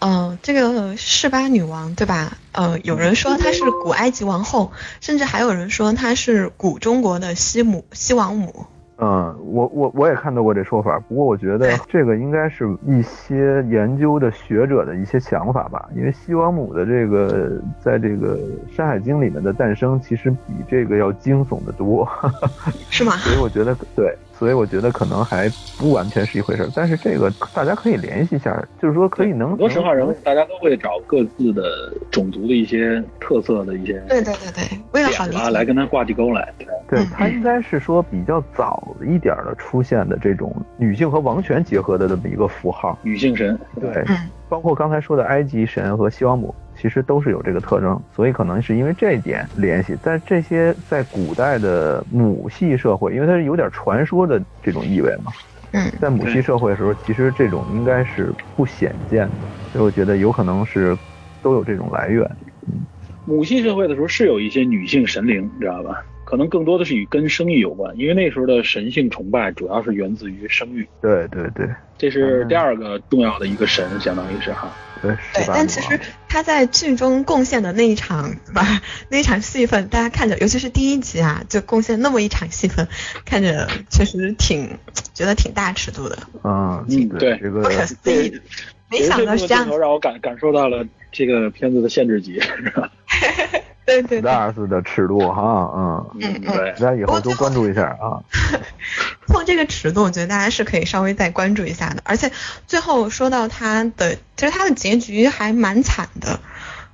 Speaker 5: 嗯、这个示巴女王对吧？呃，有人说她是古埃及王后，甚至还有人说她是古中国的西母西王母。
Speaker 4: 嗯，我我我也看到过这说法，不过我 觉得这个应该是一些研究的学者的一些想法吧，因为西王母的这个在这个《山海经》里面的诞生，其实比这个要惊悚的多，
Speaker 5: 是吗？
Speaker 4: 所以我觉得对，所以我觉得可能还不完全是一回事儿，但是这个大家可以联系一下，就是说可以能
Speaker 2: 很多神话人物
Speaker 4: 能，
Speaker 2: 大家都会找各自的种族的一些特色的一些
Speaker 5: 对对对对，为了好理
Speaker 2: 点
Speaker 5: 解。
Speaker 2: 啊，来跟他挂地钩来。
Speaker 4: 对
Speaker 5: 嗯
Speaker 4: 它应该是说比较早一点儿的出现的这种女性和王权结合的这么一个符号，
Speaker 2: 女性神，
Speaker 4: 对，
Speaker 5: 嗯
Speaker 4: 包括刚才说的埃及神和西王母，其实都是有这个特征，所以可能是因为这一点联系。但这些在古代的母系社会，因为它是有点传说的这种意味嘛，
Speaker 5: 嗯，
Speaker 4: 在母系社会的时候，其实这种应该是不显见的，所以我觉得有可能是都有这种来源。
Speaker 2: 母系社会的时候是有一些女性神灵，你知道吧？可能更多的是与跟生育有关，因为那时候的神性崇拜主要是源自于生育，
Speaker 4: 对对对
Speaker 2: 这是第二个重要的一个神，相当于是哈。
Speaker 4: 对，
Speaker 5: 对
Speaker 4: 十，八
Speaker 5: 但其实他在剧中贡献的那一场， 对吧？那一场戏份，大家看着，尤其是第一集啊，就贡献那么一场戏份，看着确实挺觉得挺大尺度的，
Speaker 4: 嗯
Speaker 2: 嗯对
Speaker 4: 这
Speaker 5: 不
Speaker 4: 个
Speaker 5: 可思议的。没
Speaker 2: 其实
Speaker 5: 想
Speaker 2: 这
Speaker 5: 到
Speaker 2: 部
Speaker 5: 是
Speaker 2: 分
Speaker 5: 这
Speaker 2: 镜
Speaker 5: 样
Speaker 2: 头，让我感感受到了这个片子的限制级，是吧？
Speaker 5: 对对对。
Speaker 4: Stars 的尺度哈，嗯，
Speaker 5: 嗯嗯
Speaker 2: 对
Speaker 4: 大。家以后
Speaker 5: 不过最
Speaker 4: 多
Speaker 5: 后
Speaker 4: 关注一下啊。
Speaker 5: 碰这个尺度，我觉得大家是可以稍微再关注一下的。而且最后说到他的，其实他的结局还蛮惨的，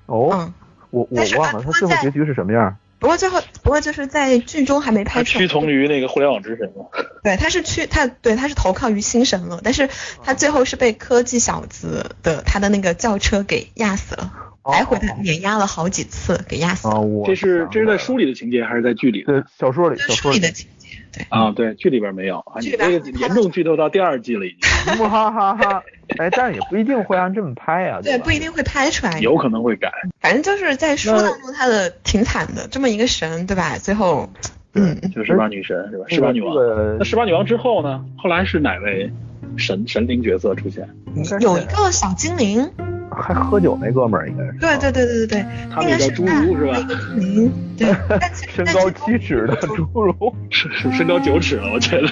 Speaker 4: 哦，
Speaker 5: 嗯。
Speaker 4: 我我
Speaker 5: 但是
Speaker 4: 忘了
Speaker 5: 他
Speaker 4: 它最后
Speaker 5: 在
Speaker 4: 结局是什么样。
Speaker 5: 不过最后，不过就是在剧中还没
Speaker 2: 他
Speaker 5: 拍出
Speaker 2: 屈。
Speaker 5: 来
Speaker 2: 从于那个互联网之神嘛，
Speaker 5: 对，他是去他对他是投靠于星神了，但是他最后是被科技小子的他的那个轿车给压死了，
Speaker 4: 哦
Speaker 5: 来回的碾压了好几次，给压死
Speaker 2: 哦
Speaker 4: 啊，
Speaker 5: 了。
Speaker 4: 我
Speaker 2: 这是
Speaker 4: 想
Speaker 2: 这是
Speaker 4: 起来
Speaker 2: 在
Speaker 4: 了
Speaker 2: 书里的情节还是在剧里的？
Speaker 4: 对小说里
Speaker 5: 这
Speaker 4: 小
Speaker 5: 是书
Speaker 4: 说
Speaker 5: 里的情节，对，
Speaker 2: 啊，对，剧里边没有啊，你
Speaker 5: 剧里边
Speaker 2: 这个严重剧透到第二季了已经，
Speaker 4: 里， 哈哈哈。哎，但是也不一定会按这么拍啊，
Speaker 5: 对，
Speaker 4: 吧
Speaker 5: 不一定会拍出来。
Speaker 2: 有可能会改。
Speaker 5: 反正就是在书
Speaker 2: 那
Speaker 5: 当中，他的挺惨的，这么一个神，对吧？最后，嗯，嗯
Speaker 2: 就是十八女神是吧？十八女王。
Speaker 4: 这个
Speaker 2: 那十八女王之后呢？后来是哪位神神灵角色出现？
Speaker 4: 应该是
Speaker 5: 有一个小精灵，
Speaker 4: 还喝酒那哥们儿应该是，啊
Speaker 5: 对对对对对对，
Speaker 2: 他
Speaker 5: 应
Speaker 2: 那
Speaker 5: 该
Speaker 2: 叫
Speaker 5: 是
Speaker 2: 侏
Speaker 5: 大
Speaker 2: 儒是
Speaker 5: 那
Speaker 2: 吧？
Speaker 5: 个精灵，对，但其
Speaker 4: 身
Speaker 5: 但
Speaker 4: 高
Speaker 5: 其中
Speaker 4: 七尺的侏儒，
Speaker 2: 是是身高九尺了，我觉得。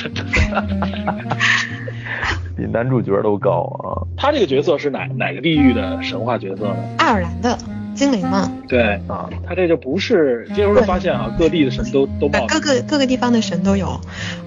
Speaker 4: 比男主角都高啊。
Speaker 2: 他这个角色是哪哪个地域的神话角色呢？
Speaker 5: 爱尔兰的精灵嘛，
Speaker 2: 对
Speaker 4: 啊，
Speaker 2: 他这就不是，这时候就发现啊，各地的神都都
Speaker 5: 对
Speaker 2: 冒，
Speaker 5: 各个各个地方的神都有。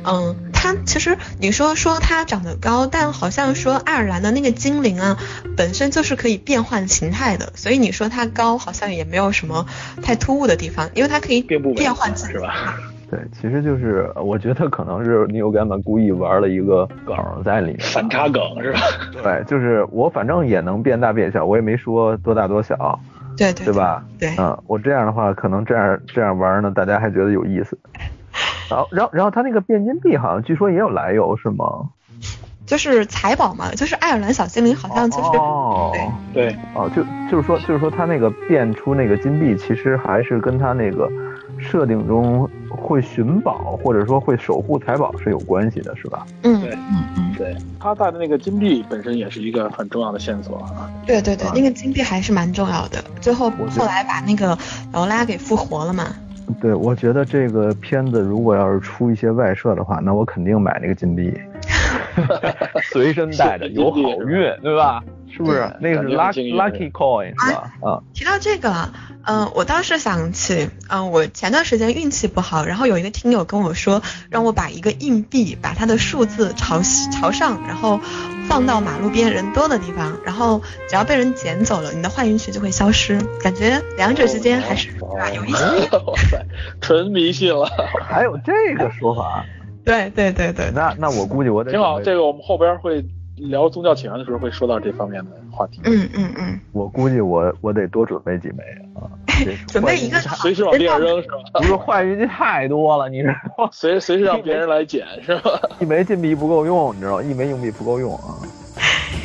Speaker 5: 嗯，他其实你说说他长得高，但好像说爱尔兰的那个精灵啊，本身就是可以变换形态的，所以你说他高好像也没有什么太突兀的地方，因为它可以
Speaker 2: 并不违
Speaker 5: 变换
Speaker 2: 和
Speaker 5: 自己
Speaker 2: 是。吧？
Speaker 4: 对，其实就是我觉得可能是 Neil Gaiman 故意玩了一个梗儿在里面，啊
Speaker 2: 反差梗是吧？
Speaker 4: 对，就是我反正也能变大变小，我也没说多大多小，
Speaker 5: 对对
Speaker 4: 对？吧？
Speaker 5: 对，
Speaker 4: 嗯，我这样的话，可能这样这样玩呢，大家还觉得有意思。然后，然后，然后他那个变金币好像据说也有来由，是吗？
Speaker 5: 就是财宝嘛，就是爱尔兰小精灵好像就是。
Speaker 4: 哦
Speaker 5: 对
Speaker 2: 对，
Speaker 4: 哦，就就是说，就是说他那个变出那个金币，其实还是跟他那个设定中会寻宝或者说会守护财宝是有关系的，是吧？
Speaker 5: 嗯
Speaker 2: 对
Speaker 5: 嗯嗯，
Speaker 2: 他带的那个金币本身也是一个很重要的线索啊。
Speaker 5: 对对对
Speaker 4: 啊，
Speaker 5: 那个金币还是蛮重要的。最后
Speaker 4: 我觉得
Speaker 5: 后来把那个劳拉给复活了嘛。
Speaker 4: 对，我觉得这个片子如果要是出一些外设的话，那 我肯定买那个金币，随身带着有好运，对吧？是不是？那个
Speaker 2: 感
Speaker 4: 是
Speaker 2: 觉很幸
Speaker 4: lucky
Speaker 2: 运
Speaker 4: lucky coin 是吧？啊，
Speaker 5: 提到这个了，嗯、我倒是想起，嗯、我前段时间运气不好，然后有一个听友跟我说，让我把一个硬币，把它的数字朝西朝上，然后放到马路边人多的地方，然后只要被人捡走了，你的坏运气就会消失。感觉两者之间还是、对吧有一些，
Speaker 2: 哇塞，纯迷信了，
Speaker 4: 还有这个说法，
Speaker 5: 对对对对，
Speaker 4: 那那我估计我得
Speaker 2: 挺好。
Speaker 4: 准备
Speaker 2: 这个我们后边会聊宗教起源的时候会说到这方面的话题。
Speaker 5: 嗯嗯嗯，
Speaker 4: 我估计我我得多准备几枚 啊。这
Speaker 5: 准备一个就好
Speaker 2: 随时往地上扔是吧？
Speaker 4: 不是坏运气太多了，你知道吗？
Speaker 2: 随随时让别人来捡是 吧？
Speaker 4: 一枚金币不够用，你知道吗？一枚硬币不够用啊。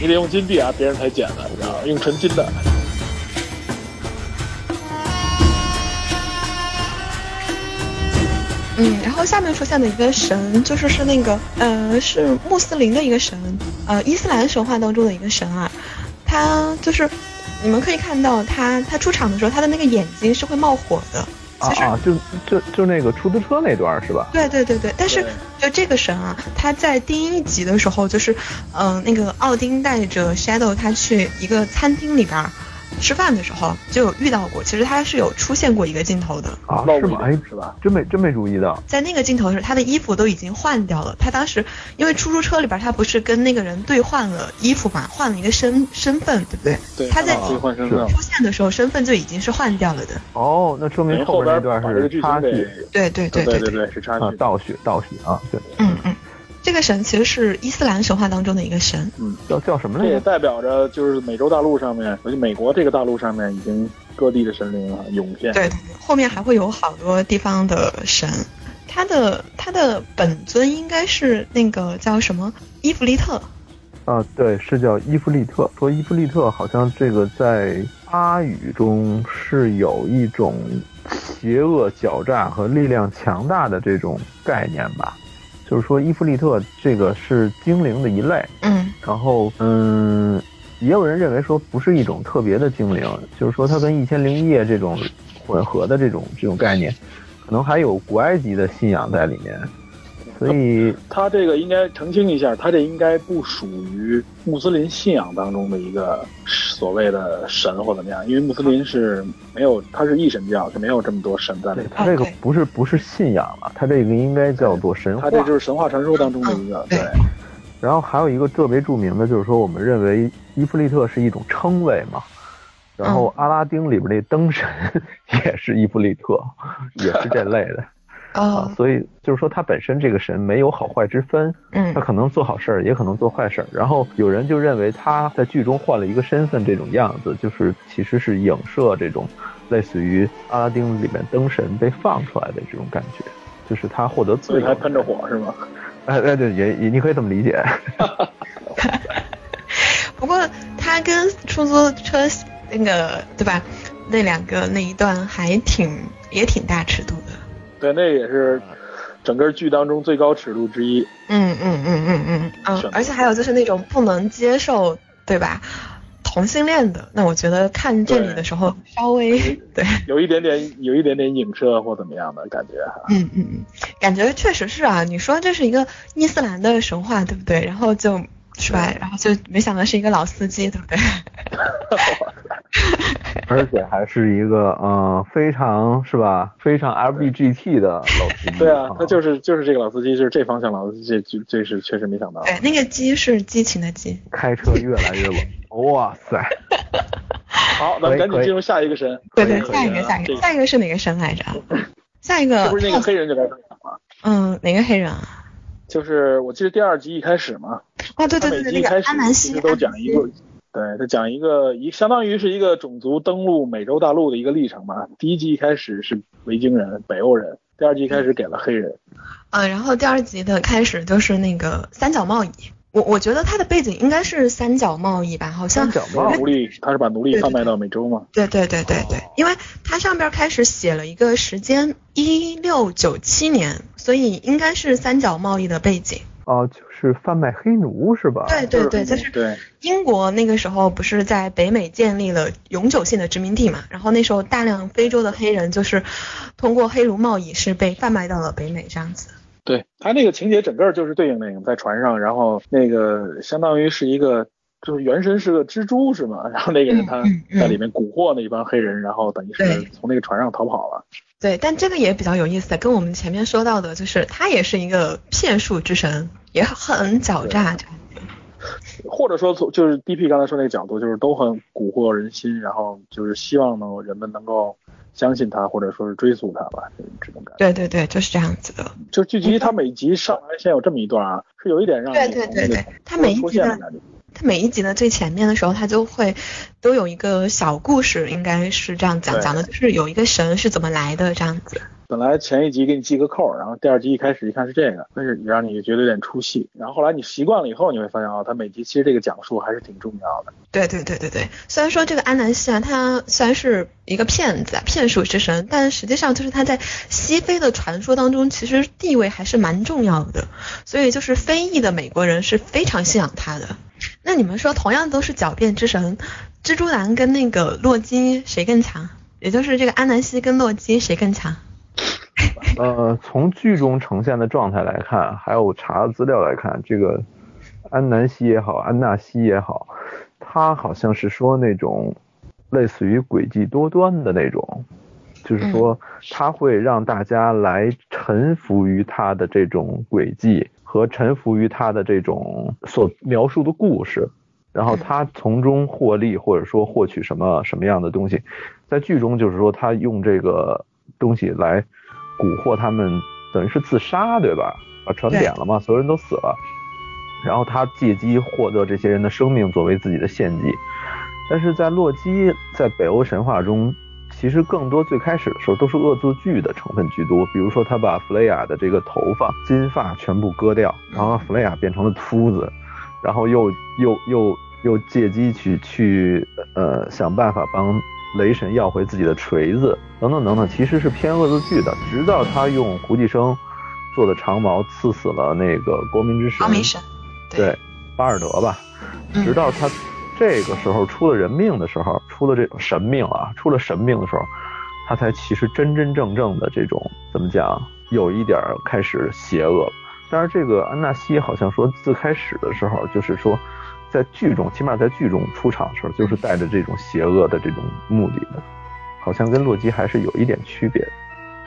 Speaker 2: 你得用金币啊，别人才捡的，你知道吗？用纯金的。
Speaker 5: 嗯，然后下面出现的一个神，就是是那个呃是穆斯林的一个神，呃伊斯兰神话当中的一个神啊，他就是你们可以看到他他出场的时候，他的那个眼睛是会冒火的。
Speaker 4: 啊
Speaker 5: 其实
Speaker 4: 啊，就就就那个出租车那段是吧？
Speaker 5: 对对对对，但是就这个神啊，他在第一集的时候，就是，嗯、那个奥丁带着 Shadow 他去一个餐厅里边儿吃饭的时候，就有遇到过。其实他是有出现过一个镜头的，
Speaker 4: 啊，
Speaker 2: 冒
Speaker 4: 是吗？
Speaker 2: 火
Speaker 4: 哎，
Speaker 2: 是吧？
Speaker 4: 真没真没注意到。
Speaker 5: 在那个镜头的时候，他的衣服都已经换掉了。他当时因为出租车里边，他不是跟那个人兑换了衣服嘛，换了一个身身份，对不对？
Speaker 2: 对，
Speaker 5: 他在
Speaker 2: 看到了啊换身份了。
Speaker 5: 出现的时候，身份就已经是换掉了的。
Speaker 4: 哦，那说明
Speaker 2: 后
Speaker 4: 后边那段
Speaker 2: 把这个
Speaker 4: 是
Speaker 2: 剧
Speaker 4: 插
Speaker 2: 情给
Speaker 4: 叙
Speaker 5: 对对对
Speaker 2: 对
Speaker 5: 对，
Speaker 2: 对，是插
Speaker 4: 啊，
Speaker 2: 叙。
Speaker 4: 倒叙倒叙啊，对，
Speaker 5: 嗯嗯，这个神其实是伊斯兰神话当中的一个神。
Speaker 4: 叫叫什么
Speaker 2: 这
Speaker 4: 来
Speaker 2: 也
Speaker 4: 着？
Speaker 2: 代表着就是美洲大陆上面，尤其美国这个大陆上面已经各地的神灵啊涌现。
Speaker 5: 对，对对，后面还会有好多地方的神，他的他的本尊应该是那个叫什么伊芙利特，
Speaker 4: 啊，对，是叫伊芙利特。说伊芙利特好像这个在阿语中是有一种邪恶、狡诈和力量强大的这种概念吧。就是说，伊芙利特这个是精灵的一类，
Speaker 5: 嗯
Speaker 4: 然后嗯，也有人认为说不是一种特别的精灵，就是说它跟《一千零一夜》这种混合的这种这种概念，可能还有古埃及的信仰在里面，所以
Speaker 2: 他这个应该澄清一下，他这应该不属于穆斯林信仰当中的一个所谓的神或怎么样，因为穆斯林是没有，他是一神教，是没有这么多神在里
Speaker 4: 对
Speaker 2: 面。
Speaker 4: 呃它这个不是不是信仰了，它这个应该叫做神
Speaker 2: 他。
Speaker 4: 话
Speaker 2: 这就是神话传说当中的一个，
Speaker 5: 嗯
Speaker 2: 对，
Speaker 4: 然后还有一个特别著名的就是说，我们认为伊芙利特是一种称谓嘛。然后阿拉丁里边那灯神也是伊芙利特， 也是这类的啊
Speaker 5: 哦，
Speaker 4: 所以就是说它本身这个神没有好坏之分，
Speaker 5: 嗯
Speaker 4: 他可能做好事儿，也可能做坏事儿。然后有人就认为他在剧中换了一个身份，这种样子就是其实是影射这种类似于阿拉丁里面灯神被放出来的这种感觉，就是他获得
Speaker 2: 所
Speaker 4: 自
Speaker 2: 以
Speaker 4: 由。
Speaker 2: 还喷着火是吗？
Speaker 4: 哎哎对，也也你可以这么理解。
Speaker 5: 不过他跟出租车那个对吧，那两个那一段还挺也挺大尺度的，
Speaker 2: 对，那也是整个剧当中最高尺度之一。
Speaker 5: 嗯嗯嗯嗯嗯
Speaker 2: 是
Speaker 5: 嗯，而且还有就是那种不能接受对吧，同性恋的，那我觉得看这里的时候稍微对
Speaker 2: 有一点点，有一点点影射或怎么样的感觉哈。
Speaker 5: 嗯嗯，嗯，感觉确实是啊。你说这是一个伊斯兰的神话，对不对？然后就是吧，然后就没想到是一个老司机，对不对？
Speaker 4: 而且还是一个嗯、呃非常是吧非常 LBGT 的老嗯师。
Speaker 2: 对啊，他就是就是这个老司机，就是这方向老司机，这这是确实没想到。
Speaker 5: 对，那个鸡是激情的激。
Speaker 4: 开车越来越稳。哇塞，
Speaker 2: 好，咱们赶紧进入下一个神。
Speaker 5: 对对
Speaker 2: 可，以
Speaker 5: 下一个，
Speaker 2: 啊
Speaker 5: 下一
Speaker 2: 这
Speaker 5: 个，下一个是哪个神来着？啊 下一个
Speaker 2: 是不是那个黑人就该出场了？
Speaker 5: 嗯，哪个黑人啊？
Speaker 2: 就是我记得第二集一开始嘛，
Speaker 5: 哦，对
Speaker 2: 他
Speaker 5: 对
Speaker 2: 每
Speaker 5: 对对，
Speaker 2: 集一
Speaker 5: 那
Speaker 2: 开
Speaker 5: 个
Speaker 2: 始
Speaker 5: 阿南
Speaker 2: 其
Speaker 5: 西
Speaker 2: 实，都讲一个，对他讲一个一相当于是一个种族登陆美洲大陆的一个历程嘛。第一集一开始是维京人、北欧人，第二集一开始给了黑人。
Speaker 5: 嗯，然后第二集的开始就是那个三角贸易。我我觉得它的背景应该是三角贸易吧，好
Speaker 4: 三
Speaker 5: 像
Speaker 4: 角
Speaker 2: 把
Speaker 4: 帽
Speaker 2: 奴隶，他是把奴隶贩卖到美洲嘛？
Speaker 5: 嗯对对对对对，因为它上边开始写了一个时间一六九七年，所以应该是三角贸易的背景。
Speaker 4: 哦，就是贩卖黑奴是吧？
Speaker 5: 对对对，
Speaker 2: 就
Speaker 5: 就是
Speaker 2: 对
Speaker 5: 英国那个时候不是在北美建立了永久性的殖民地嘛，然后那时候大量非洲的黑人就是通过黑奴贸易是被贩卖到了北美这样子。
Speaker 2: 对，他那个情节整个就是对应那个在船上，然后那个相当于是一个就是原身是个蜘蛛是吗？然后那个人他
Speaker 5: 嗯嗯嗯
Speaker 2: 在里面蛊惑那一帮黑人，然后等于是
Speaker 5: 对
Speaker 2: 从那个船上逃跑了。
Speaker 5: 对，但这个也比较有意思，跟我们前面说到的，就是他也是一个骗术之神，也很狡诈。
Speaker 2: 或者说从就是 DP 刚才说那个角度，就是都很蛊惑人心，然后就是希望能人们能够相信他，或者说是追溯他吧，就是这种感觉。
Speaker 5: 对对对，就是这样子的。
Speaker 2: 就是剧集它每集上来先有这么一段啊，是有一点让
Speaker 5: 对
Speaker 2: 你
Speaker 5: 对
Speaker 2: 从
Speaker 5: 对
Speaker 2: 那
Speaker 5: 对
Speaker 2: 个
Speaker 5: 它每一
Speaker 2: 出
Speaker 5: 集
Speaker 2: 现
Speaker 5: 的
Speaker 2: 的感觉。
Speaker 5: 他每一集的最前面的时候，他就会都有一个小故事，应该是这样讲，
Speaker 2: 对
Speaker 5: 讲的就是有一个神是怎么来的这样子。
Speaker 2: 本来前一集给你记个扣儿，然后第二集一开始一看是这个，但是也让你觉得有点出戏。然后后来你习惯了以后，你会发现啊，它每集其实这个讲述还是挺重要的。
Speaker 5: 对对对对对，虽然说这个安南希啊，他虽然是一个骗子、啊，骗术之神，但实际上就是他在西非的传说当中，其实地位还是蛮重要的，所以就是非裔的美国人是非常信仰他的。那你们说，同样都是狡辩之神，蜘蛛男跟那个洛基谁更强？也就是这个安南希跟洛基谁更强？
Speaker 4: 呃，从剧中呈现的状态来看，还有查的资料来看，这个安南希也好，安纳西也好，他好像是说那种类似于诡计多端的那种，就是说他会让大家来臣服于他的这种诡计和臣服于他的这种所描述的故事。然后
Speaker 5: 嗯
Speaker 4: 他从中获利，或者说获取什么什么样的东西，在剧中就是说他用这个东西来蛊惑他们，等于是自杀，对吧？啊，传
Speaker 5: 对
Speaker 4: 点了嘛，所有人都死了，然后他借机获得这些人的生命作为自己的献祭。但是在洛基在北欧神话中，其实更多最开始的时候都是恶作剧的成分居多，比如说他把弗雷亚的这个头发、金发全部割掉，然后弗雷亚变成了秃子，然后又又又又借机去去呃想办法帮雷神要回自己的锤子，等等等等，其实是偏恶作剧的。直到他用胡继生做的长矛刺死了那个光明之神，
Speaker 5: 光明神，
Speaker 4: 对，巴尔德吧，
Speaker 5: 嗯
Speaker 4: 直到他这个时候出了人命的时候，出了这种神命啊，出了神命的时候，他才其实真真正正的这种怎么讲，有一点儿开始邪恶了。但是这个安纳西好像说，自开始的时候就是说，在剧中，起码在剧中出场的时候，就是带着这种邪恶的这种目的的，好像跟洛基还是有一点区别的。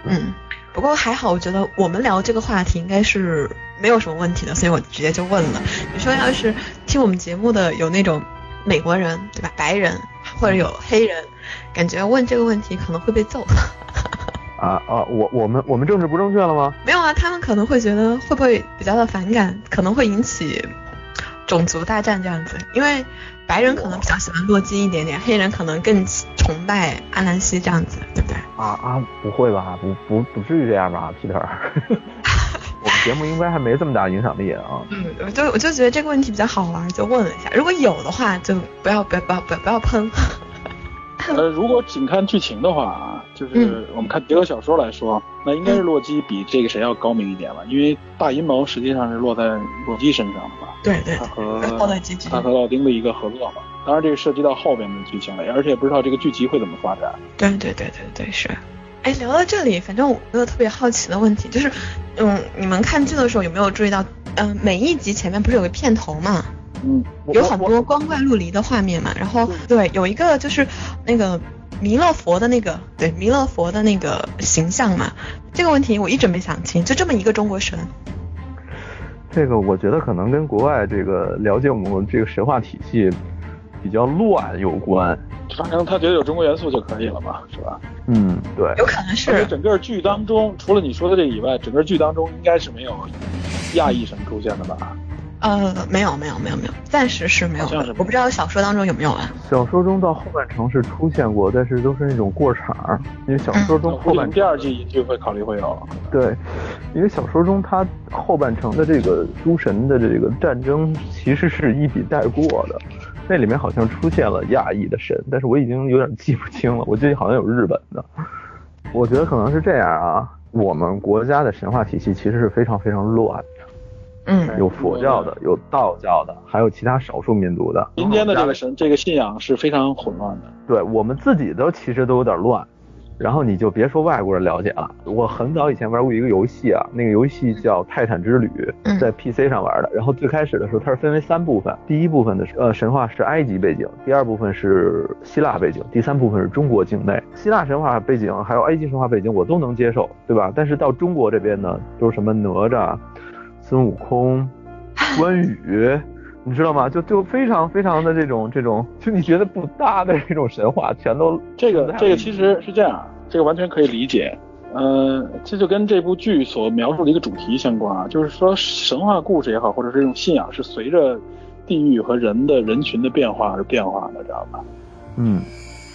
Speaker 5: 嗯，不过还好，我觉得我们聊这个话题应该是没有什么问题的，所以我直接就问了。你说要是听我们节目的有那种美国人对吧，白人或者有黑人，感觉问这个问题可能会被揍。
Speaker 4: 啊啊，我我们我们政治不正确了吗？
Speaker 5: 没有啊，他们可能会觉得会不会比较的反感，可能会引起种族大战这样子，因为白人可能比较喜欢洛基一点点，黑人可能更崇拜阿南西这样子，对不对？
Speaker 4: 啊啊，不会吧？不不不至于这样吧，Peter？我们节目应该还没这么大影响力啊。
Speaker 5: 嗯，我就我就觉得这个问题比较好玩，就问了一下。如果有的话，就不要不要不要不要不要喷。
Speaker 2: 呃，如果仅
Speaker 5: 嗯
Speaker 2: 看剧情的话啊，就是我们看结合小说来说，那应该是
Speaker 5: 嗯
Speaker 2: 洛基比这个谁要高明一点吧，因为大阴谋实际上是落在洛基身上的嘛，
Speaker 5: 对对
Speaker 2: 他和
Speaker 5: 对，后来结局
Speaker 2: 他。和奥丁的一个合作嘛。当然，这个涉及到后边的剧情了，而且也不知道这个剧集会怎么发展。
Speaker 5: 对对对对对是。哎，聊到这里，反正我有个特别好奇的问题，就是，嗯，你们看剧的时候有没有注意到，嗯、每一集前面不是有个片头嘛，
Speaker 2: 嗯，我
Speaker 5: 有很多光怪陆离的画面嘛，然后对，有一个就是那个弥勒佛的那个，对，弥勒佛的那个形象嘛，这个问题我一直没想清，就这么一个中国神，
Speaker 4: 这个我觉得可能跟国外这个了解我们这个神话体系比较乱有关。
Speaker 2: 反正他觉得有中国元素就可以了嘛，是吧？
Speaker 4: 嗯，对。
Speaker 5: 有可能
Speaker 2: 而且
Speaker 5: 是
Speaker 2: 整个剧当中，除了你说的这个以外，整个剧当中应该是没有亚裔神出现的吧？
Speaker 5: 呃，没有没有没有没有，暂时是没有
Speaker 2: 好像是
Speaker 5: 的
Speaker 2: 没，有
Speaker 5: 我不知道小说当中有没有啊。
Speaker 4: 小说中到后半程是出现过，但是都是那种过场儿，因为小说中
Speaker 2: 估
Speaker 4: 后
Speaker 2: 计
Speaker 4: 半
Speaker 2: 第二季就会考虑会有。
Speaker 4: 对，因为小说中它后半程的这个诸神的这个战争其实是一笔带过的，那里面好像出现了亚裔的神，但是我已经有点记不清了，我记得好像有日本的，我觉得可能是这样啊。我们国家的神话体系其实是非常非常乱的，
Speaker 5: 嗯，
Speaker 4: 有佛教的，有道教的，还有其他少数民族的。
Speaker 2: 民间的这个神这个信仰是非常混乱的。
Speaker 4: 对我们自己都其实都有点乱，然后你就别说外国人了解了，我很早以前玩过一个游戏啊，那个游戏叫《泰坦之旅》，
Speaker 5: 嗯
Speaker 4: 在 PC 上玩的。然后最开始的时候，它是分为三部分，第一部分的是呃神话是埃及背景，第二部分是希腊背景，第三部分是中国境内。希腊神话背景还有埃及神话背景我都能接受，对吧？但是到中国这边呢，都是什么哪吒、孙悟空、关羽。你知道吗？就就非常非常的这种这种，就你觉得不搭的这种神话，全都
Speaker 2: 这
Speaker 4: 存
Speaker 2: 个
Speaker 4: 在
Speaker 2: 这个
Speaker 4: 了
Speaker 2: 其实是这样，这个完全可以理解。嗯、这就跟这部剧所描述的一个主题相关啊，就是说神话故事也好，或者是这种信仰，是随着地域和人的人群的变化而变化的，知道吧？
Speaker 4: 嗯。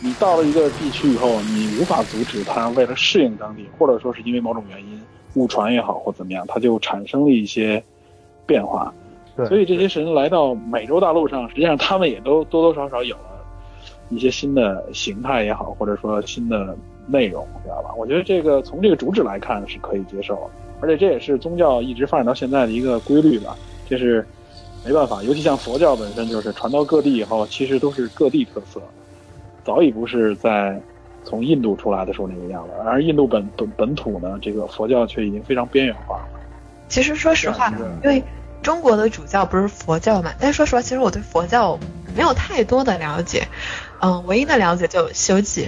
Speaker 2: 你到了一个地区以后，你无法阻止它为了适应当地，或者说是因为某种原因误传也好或怎么样，它就产生了一些变化。
Speaker 4: 对
Speaker 2: 所以这些神来到美洲大陆上，实际上他们也都多多少少有了一些新的形态也好，或者说新的内容，知道吧？我觉得这个从这个主旨来看是可以接受的，而且这也是宗教一直发展到现在的一个规律吧，这是没办法。尤其像佛教本身就是传到各地以后，其实都是各地特色，早已不是在从印度出来的时候那个样了。而印度本本本土呢，这个佛教却已经非常边缘化了。
Speaker 5: 其实说实话，因为中国的主教不是佛教嘛，但是说实话，其实我对佛教没有太多的了解，嗯、唯一的了解就修己。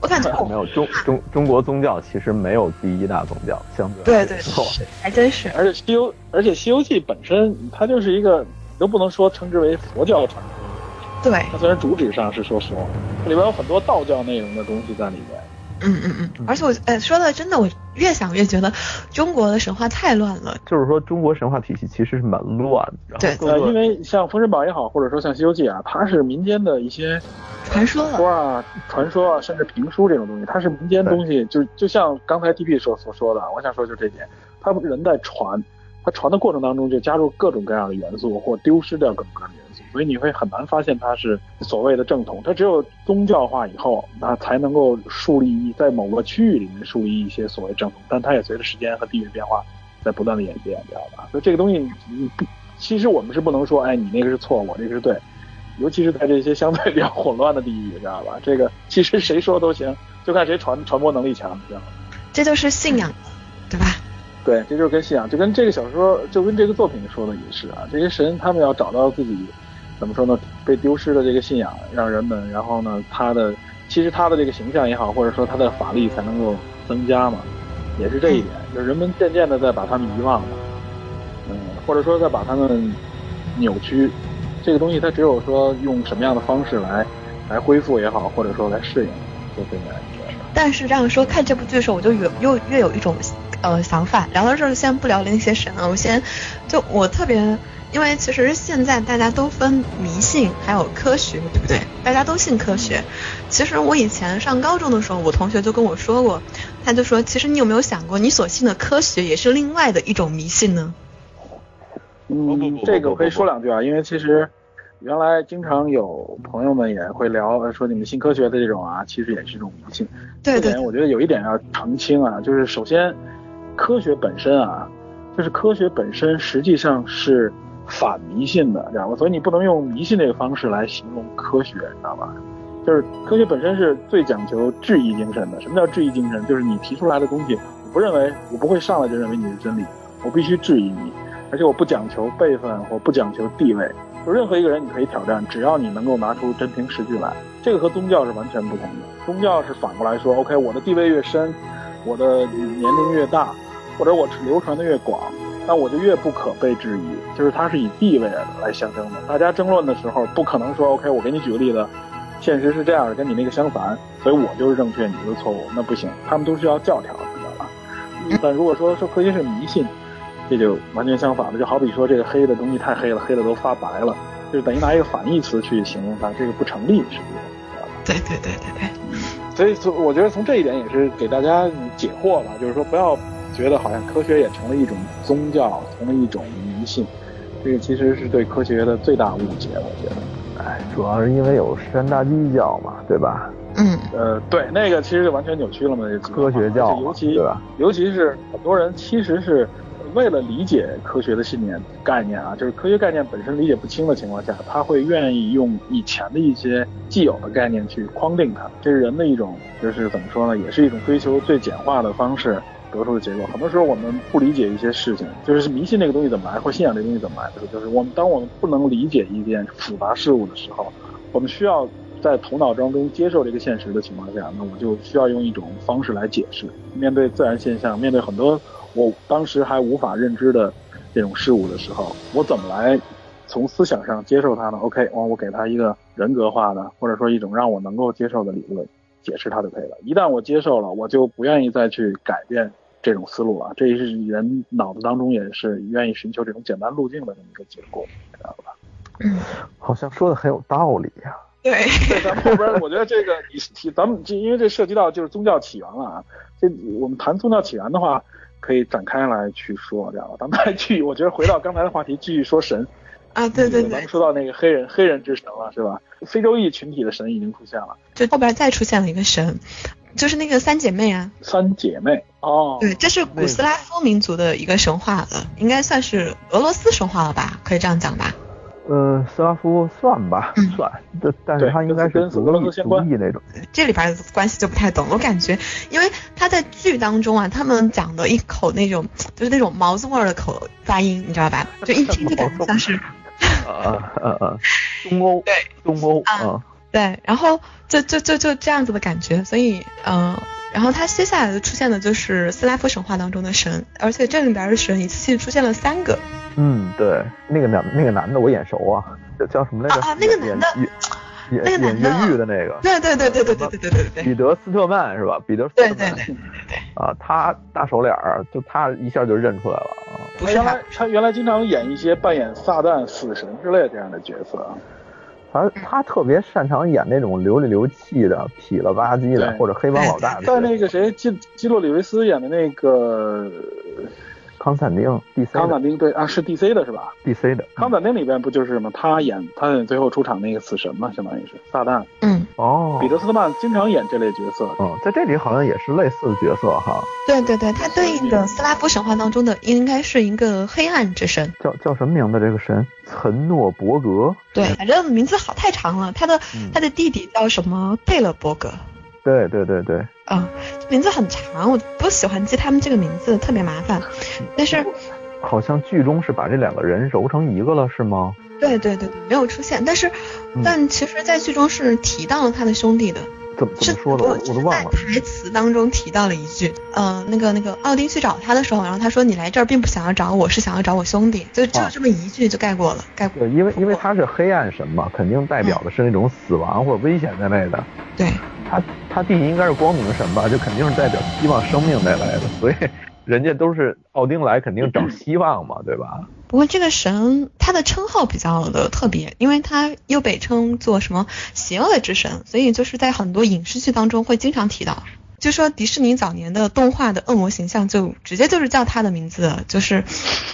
Speaker 5: 我感觉我
Speaker 4: 嗯没有中中中国宗教其实没有第一大宗教，相对来
Speaker 5: 对对
Speaker 4: 说，
Speaker 5: 还真是，
Speaker 2: 而且《西游》，而且《西游记》本身它就是一个，你都不能说称之为佛教传说，
Speaker 5: 对，
Speaker 2: 它虽然主旨上是说佛，这里边有很多道教内容的东西在里面。
Speaker 5: 嗯嗯嗯。而且我，哎，说的真的，我越想越觉得中国的神话太乱了。
Speaker 4: 就是说中国神话体系其实是蛮乱的。
Speaker 5: 对
Speaker 4: 然后
Speaker 2: 呃，
Speaker 4: 各
Speaker 2: 因
Speaker 4: 个
Speaker 2: 为像《封神榜》也好，或者说像《西游记》啊，它是民间的一些
Speaker 5: 传说了
Speaker 2: 说啊、传说啊，甚至评书这种东西，它是民间东西，就就像刚才 DP 所所说的，我想说就这点，他人在传，他传的过程当中就加入各种各样的元素，或丢失掉各种各样的元素，所以你会很难发现它是所谓的正统，它只有宗教化以后，那才能够树立在某个区域里面树立一些所谓正统，但它也随着时间和地域变化在不断的演变，知道吧？所以这个东西你不，其实我们是不能说，哎，你那个是错，我这个是对。尤其是在这些相对比较混乱的地域，知道吧？ 这个其实谁说都行，就看谁传传播能力强，知道吗？
Speaker 5: 这就是信仰，对吧？
Speaker 2: 对，这就是跟信仰，就跟这个小说，就跟这个作品说的也是啊。这些神他们要找到自己怎么说呢？被丢失的这个信仰，让人们，然后呢，他的其实他的这个形象也好，或者说他的法力才能够增加嘛，也是这一点，就是人们渐渐的在把他们遗忘了，嗯，或者说在把他们扭曲。这个东西它只有说用什么样的方式来来恢复也好，或者说来适应，就这样一个。
Speaker 5: 但是这样说，看这部剧的时候，我就越又越有一种呃想法。聊到这儿，先不聊那些神了，我先就我特别，因为其实现在大家都分迷信还有科学，对不对？大家都信科学。其实我以前上高中的时候，我同学就跟我说过，他就说，其实你有没有想过，你所信的科学也是另外的一种迷信呢？
Speaker 4: 不不
Speaker 2: 嗯，
Speaker 4: 不
Speaker 2: 这个
Speaker 4: 不
Speaker 2: 我可以
Speaker 4: 不
Speaker 2: 说两句啊，因为其实原来经常有朋友们也会聊呃说你们信科学的这种啊，其实也是一种迷信。
Speaker 5: 对
Speaker 2: 这
Speaker 5: 对
Speaker 2: 点我觉得有一点要澄清啊，就是首先，科学本身啊，就是科学本身实际上是反迷信的，知道吧？所以你不能用迷信这个方式来形容科学，知道吧？就是科学本身是最讲求质疑精神的。什么叫质疑精神？就是你提出来的东西，我不认为，我不会上来就认为你是真理，我必须质疑你，而且我不讲求辈分，我不讲求地位，就任何一个人你可以挑战，只要你能够拿出真凭实据来。这个和宗教是完全不同的。宗教是反过来说，OK，我的地位越深，我的年龄越大，或者我流传的越广，那我就越不可被质疑。就是它是以地位来象征的。大家争论的时候，不可能说 OK，我给你举个例子，现实是这样的，跟你那个相反，所以我就是正确，你就是错误，那不行。他们都是要教条的，知道吧？但如果说说科学是迷信，这就完全相反了。就好比说这个黑的东西太黑了，黑的都发白了。就是等于拿一个反义词去形容它，这个不成立，实际上。
Speaker 5: 对对对对对，
Speaker 2: 所以从我觉得从这一点也是给大家解惑吧，就是说不要觉得好像科学也成了一种宗教，成了一种迷信，这个其实是对科学的最大误解，我觉得。
Speaker 4: 哎，主要是因为有山大基教嘛，对吧？
Speaker 5: 嗯，
Speaker 2: 呃，对，那啊个其实就完全扭曲了嘛，这个
Speaker 4: 科学教
Speaker 2: 而且
Speaker 4: 嘛
Speaker 2: 尤其
Speaker 4: 对吧
Speaker 2: 尤其是很多人其实是为了理解科学的信念概念啊，就是科学概念本身理解不清的情况下，他会愿意用以前的一些既有的概念去框定它。这是人的一种，就是怎么说呢，也是一种追求最简化的方式得出的结果。很多时候我们不理解一些事情，就是迷信这个东西怎么来，或信仰这个东西怎么来的，就是我们当我们不能理解一件复杂事物的时候，我们需要在头脑当中接受这个现实的情况下，那我就需要用一种方式来解释。面对自然现象，面对很多我当时还无法认知的这种事物的时候，我怎么来从思想上接受它呢？OK，我哦我给它一个人格化的，或者说一种让我能够接受的理论解释它就可以了。一旦我接受了，我就不愿意再去改变这种思路了。这是人脑子当中也是愿意寻求这种简单路径的这么一个结果，知道吧？
Speaker 5: 嗯，
Speaker 4: 好像说的很有道理啊呀、
Speaker 5: 对，
Speaker 2: 对，咱们后边儿我觉得这个你提，咱们这因为这涉及到就是宗教起源了啊，这我们谈宗教起源的话，可以展开来去说，知道吧？咱们还继续，我觉得回到刚才的话题，继续说神。
Speaker 5: 啊，对对
Speaker 2: 咱
Speaker 5: 对
Speaker 2: 们，说到那个黑人黑人之神了，是吧？非洲裔群体的神已经出现了，
Speaker 5: 就后边再出现了一个神，就是那个三姐妹啊，
Speaker 2: 三姐妹哦，
Speaker 5: 对，这是古斯拉夫民族的一个神话了，应该算是俄罗斯神话了吧，可以这样讲吧？
Speaker 4: 呃，斯拉夫算吧，
Speaker 5: 嗯
Speaker 4: 算，但但是
Speaker 2: 对
Speaker 4: 他应该
Speaker 2: 跟
Speaker 4: 是
Speaker 2: 斯
Speaker 4: 族
Speaker 2: 跟俄罗
Speaker 4: 裔
Speaker 2: 斯相
Speaker 4: 族
Speaker 2: 关
Speaker 4: 裔那种。
Speaker 5: 这里边的关系就不太懂了。我感觉，因为他在剧当中啊，他们讲的一口那种就是那种毛子味儿的口发音，你知道吧？就一听就感觉像是
Speaker 2: 啊
Speaker 4: 呃呃呃，东欧，
Speaker 5: 对，
Speaker 4: 东欧
Speaker 5: 啊
Speaker 4: 啊，
Speaker 5: 对，然后就就就就这样子的感觉，所以嗯、呃然后他接下来出现的就是斯拉夫神话当中的神，而且这里边的神一次性出现了三个
Speaker 4: 嗯，对，那个男那个男的我眼熟啊，叫叫什么来着？
Speaker 5: 啊啊那个男的
Speaker 4: 演，
Speaker 5: 那个
Speaker 4: 演演
Speaker 5: 男的
Speaker 4: 演越狱的那个，
Speaker 5: 对对对对对对对对对对
Speaker 4: 彼得斯特曼是吧？彼得斯特
Speaker 5: 对
Speaker 4: 曼
Speaker 5: 对对，
Speaker 4: 啊，他大手脸儿，就他一下就认出来了啊。
Speaker 5: 不
Speaker 2: 他
Speaker 5: 是
Speaker 2: 原
Speaker 5: 他
Speaker 2: 来，他原来经常演一些扮演撒旦、死神之类这样的角色啊，
Speaker 4: 他
Speaker 5: 嗯
Speaker 4: 他特别擅长演那种流里流气的、痞了吧唧的，
Speaker 2: 对
Speaker 4: 或者黑帮老大的。
Speaker 2: 在那个谁基基洛里维斯演的那个
Speaker 4: 康斯坦丁 DC
Speaker 2: 康
Speaker 4: 的
Speaker 2: 坦丁，对啊，是 DC 的是吧？
Speaker 4: DC 的
Speaker 2: 康坦丁里边不就是吗？他演他演最后出场那个死神嘛，相当于是撒旦。
Speaker 5: 嗯，
Speaker 4: 哦
Speaker 2: 彼，得斯特曼经常演这类角色，
Speaker 4: 嗯，在这里好像也是类似的角色哈，
Speaker 5: 对对对，他对应的斯拉夫神话当中的应该是一个黑暗之神，
Speaker 4: 叫叫什么名字？这个神岑诺伯格，
Speaker 5: 对，反正名字好太长了，他的
Speaker 4: 嗯
Speaker 5: 他的弟弟叫什么贝勒伯格。
Speaker 4: 对对对对，
Speaker 5: 啊、名字很长，我不喜欢记他们这个名字，特别麻烦。
Speaker 4: 嗯
Speaker 5: 但是，
Speaker 4: 好像剧中是把这两个人揉成一个了，是吗？
Speaker 5: 对对对，没有出现。但是，
Speaker 4: 嗯
Speaker 5: 但其实，在剧中是提到了他的兄弟的，
Speaker 4: 怎么
Speaker 5: 是
Speaker 4: 怎么说的？我我都忘了
Speaker 5: 是。在台词当中提到了一句，呃，那个那个奥丁去找他的时候，然后他说：“你来这儿并不想要找我，是想要找我兄弟。”就就
Speaker 4: 啊
Speaker 5: 这么一句就概括了，概括。
Speaker 4: 对，因为因为他是黑暗神嘛，肯定代表的是那种死亡或者危险在内的。
Speaker 5: 对，
Speaker 4: 他他弟弟应该是光明神吧，就肯定是代表希望生命带来的，所以人家都是奥丁来肯定找希望嘛，对吧？
Speaker 5: 不过这个神他的称号比较的特别，因为他又被称作什么邪恶之神，所以就是在很多影视剧当中会经常提到。就说迪士尼早年的动画的恶魔形象就直接就是叫他的名字的，就是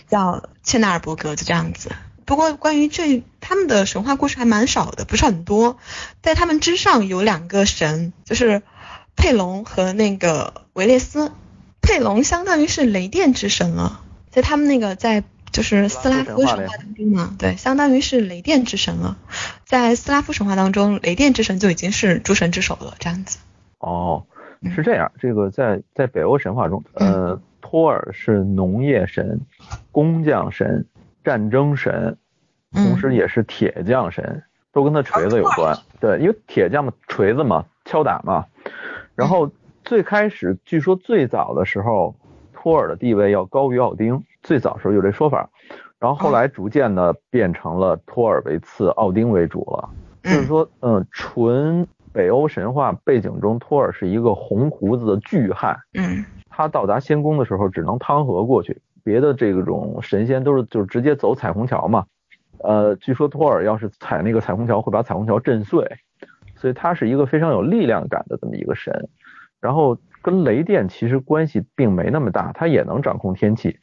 Speaker 5: 叫切纳尔伯格，就这样子。不过关于这他们的神话故事还蛮少的，不是很多。在他们之上有两个神，就是佩龙和那个维列斯。佩龙相当于是雷电之神了，在他们那个在就是斯拉夫神话当中嘛，对，相当于是雷电之神了。在斯拉夫神话当中，雷电之神就已经是诸神之首了，这样子。
Speaker 4: 哦，是这样，这个在在北欧神话中，呃，托尔是农业神、工匠神、战争神，
Speaker 5: 嗯
Speaker 4: 同时也是铁匠神，都跟他锤子有关。对，因为铁匠嘛，锤子嘛，敲打嘛。然后最开始，据说最早的时候，托尔的地位要高于奥丁，最早时候有这说法。然后后来逐渐的变成了托尔为次，奥丁为主了。就是
Speaker 5: 嗯，
Speaker 4: 说，嗯，纯北欧神话背景中，托尔是一个红胡子的巨汉，
Speaker 5: 嗯，
Speaker 4: 他到达仙宫的时候只能趟河过去，别的这种神仙都是就是直接走彩虹桥嘛。呃，据说托尔要是踩那个彩虹桥，会把彩虹桥震碎，所以他是一个非常有力量感的这么一个神。然后跟雷电其实关系并没那么大，他也能掌控天气，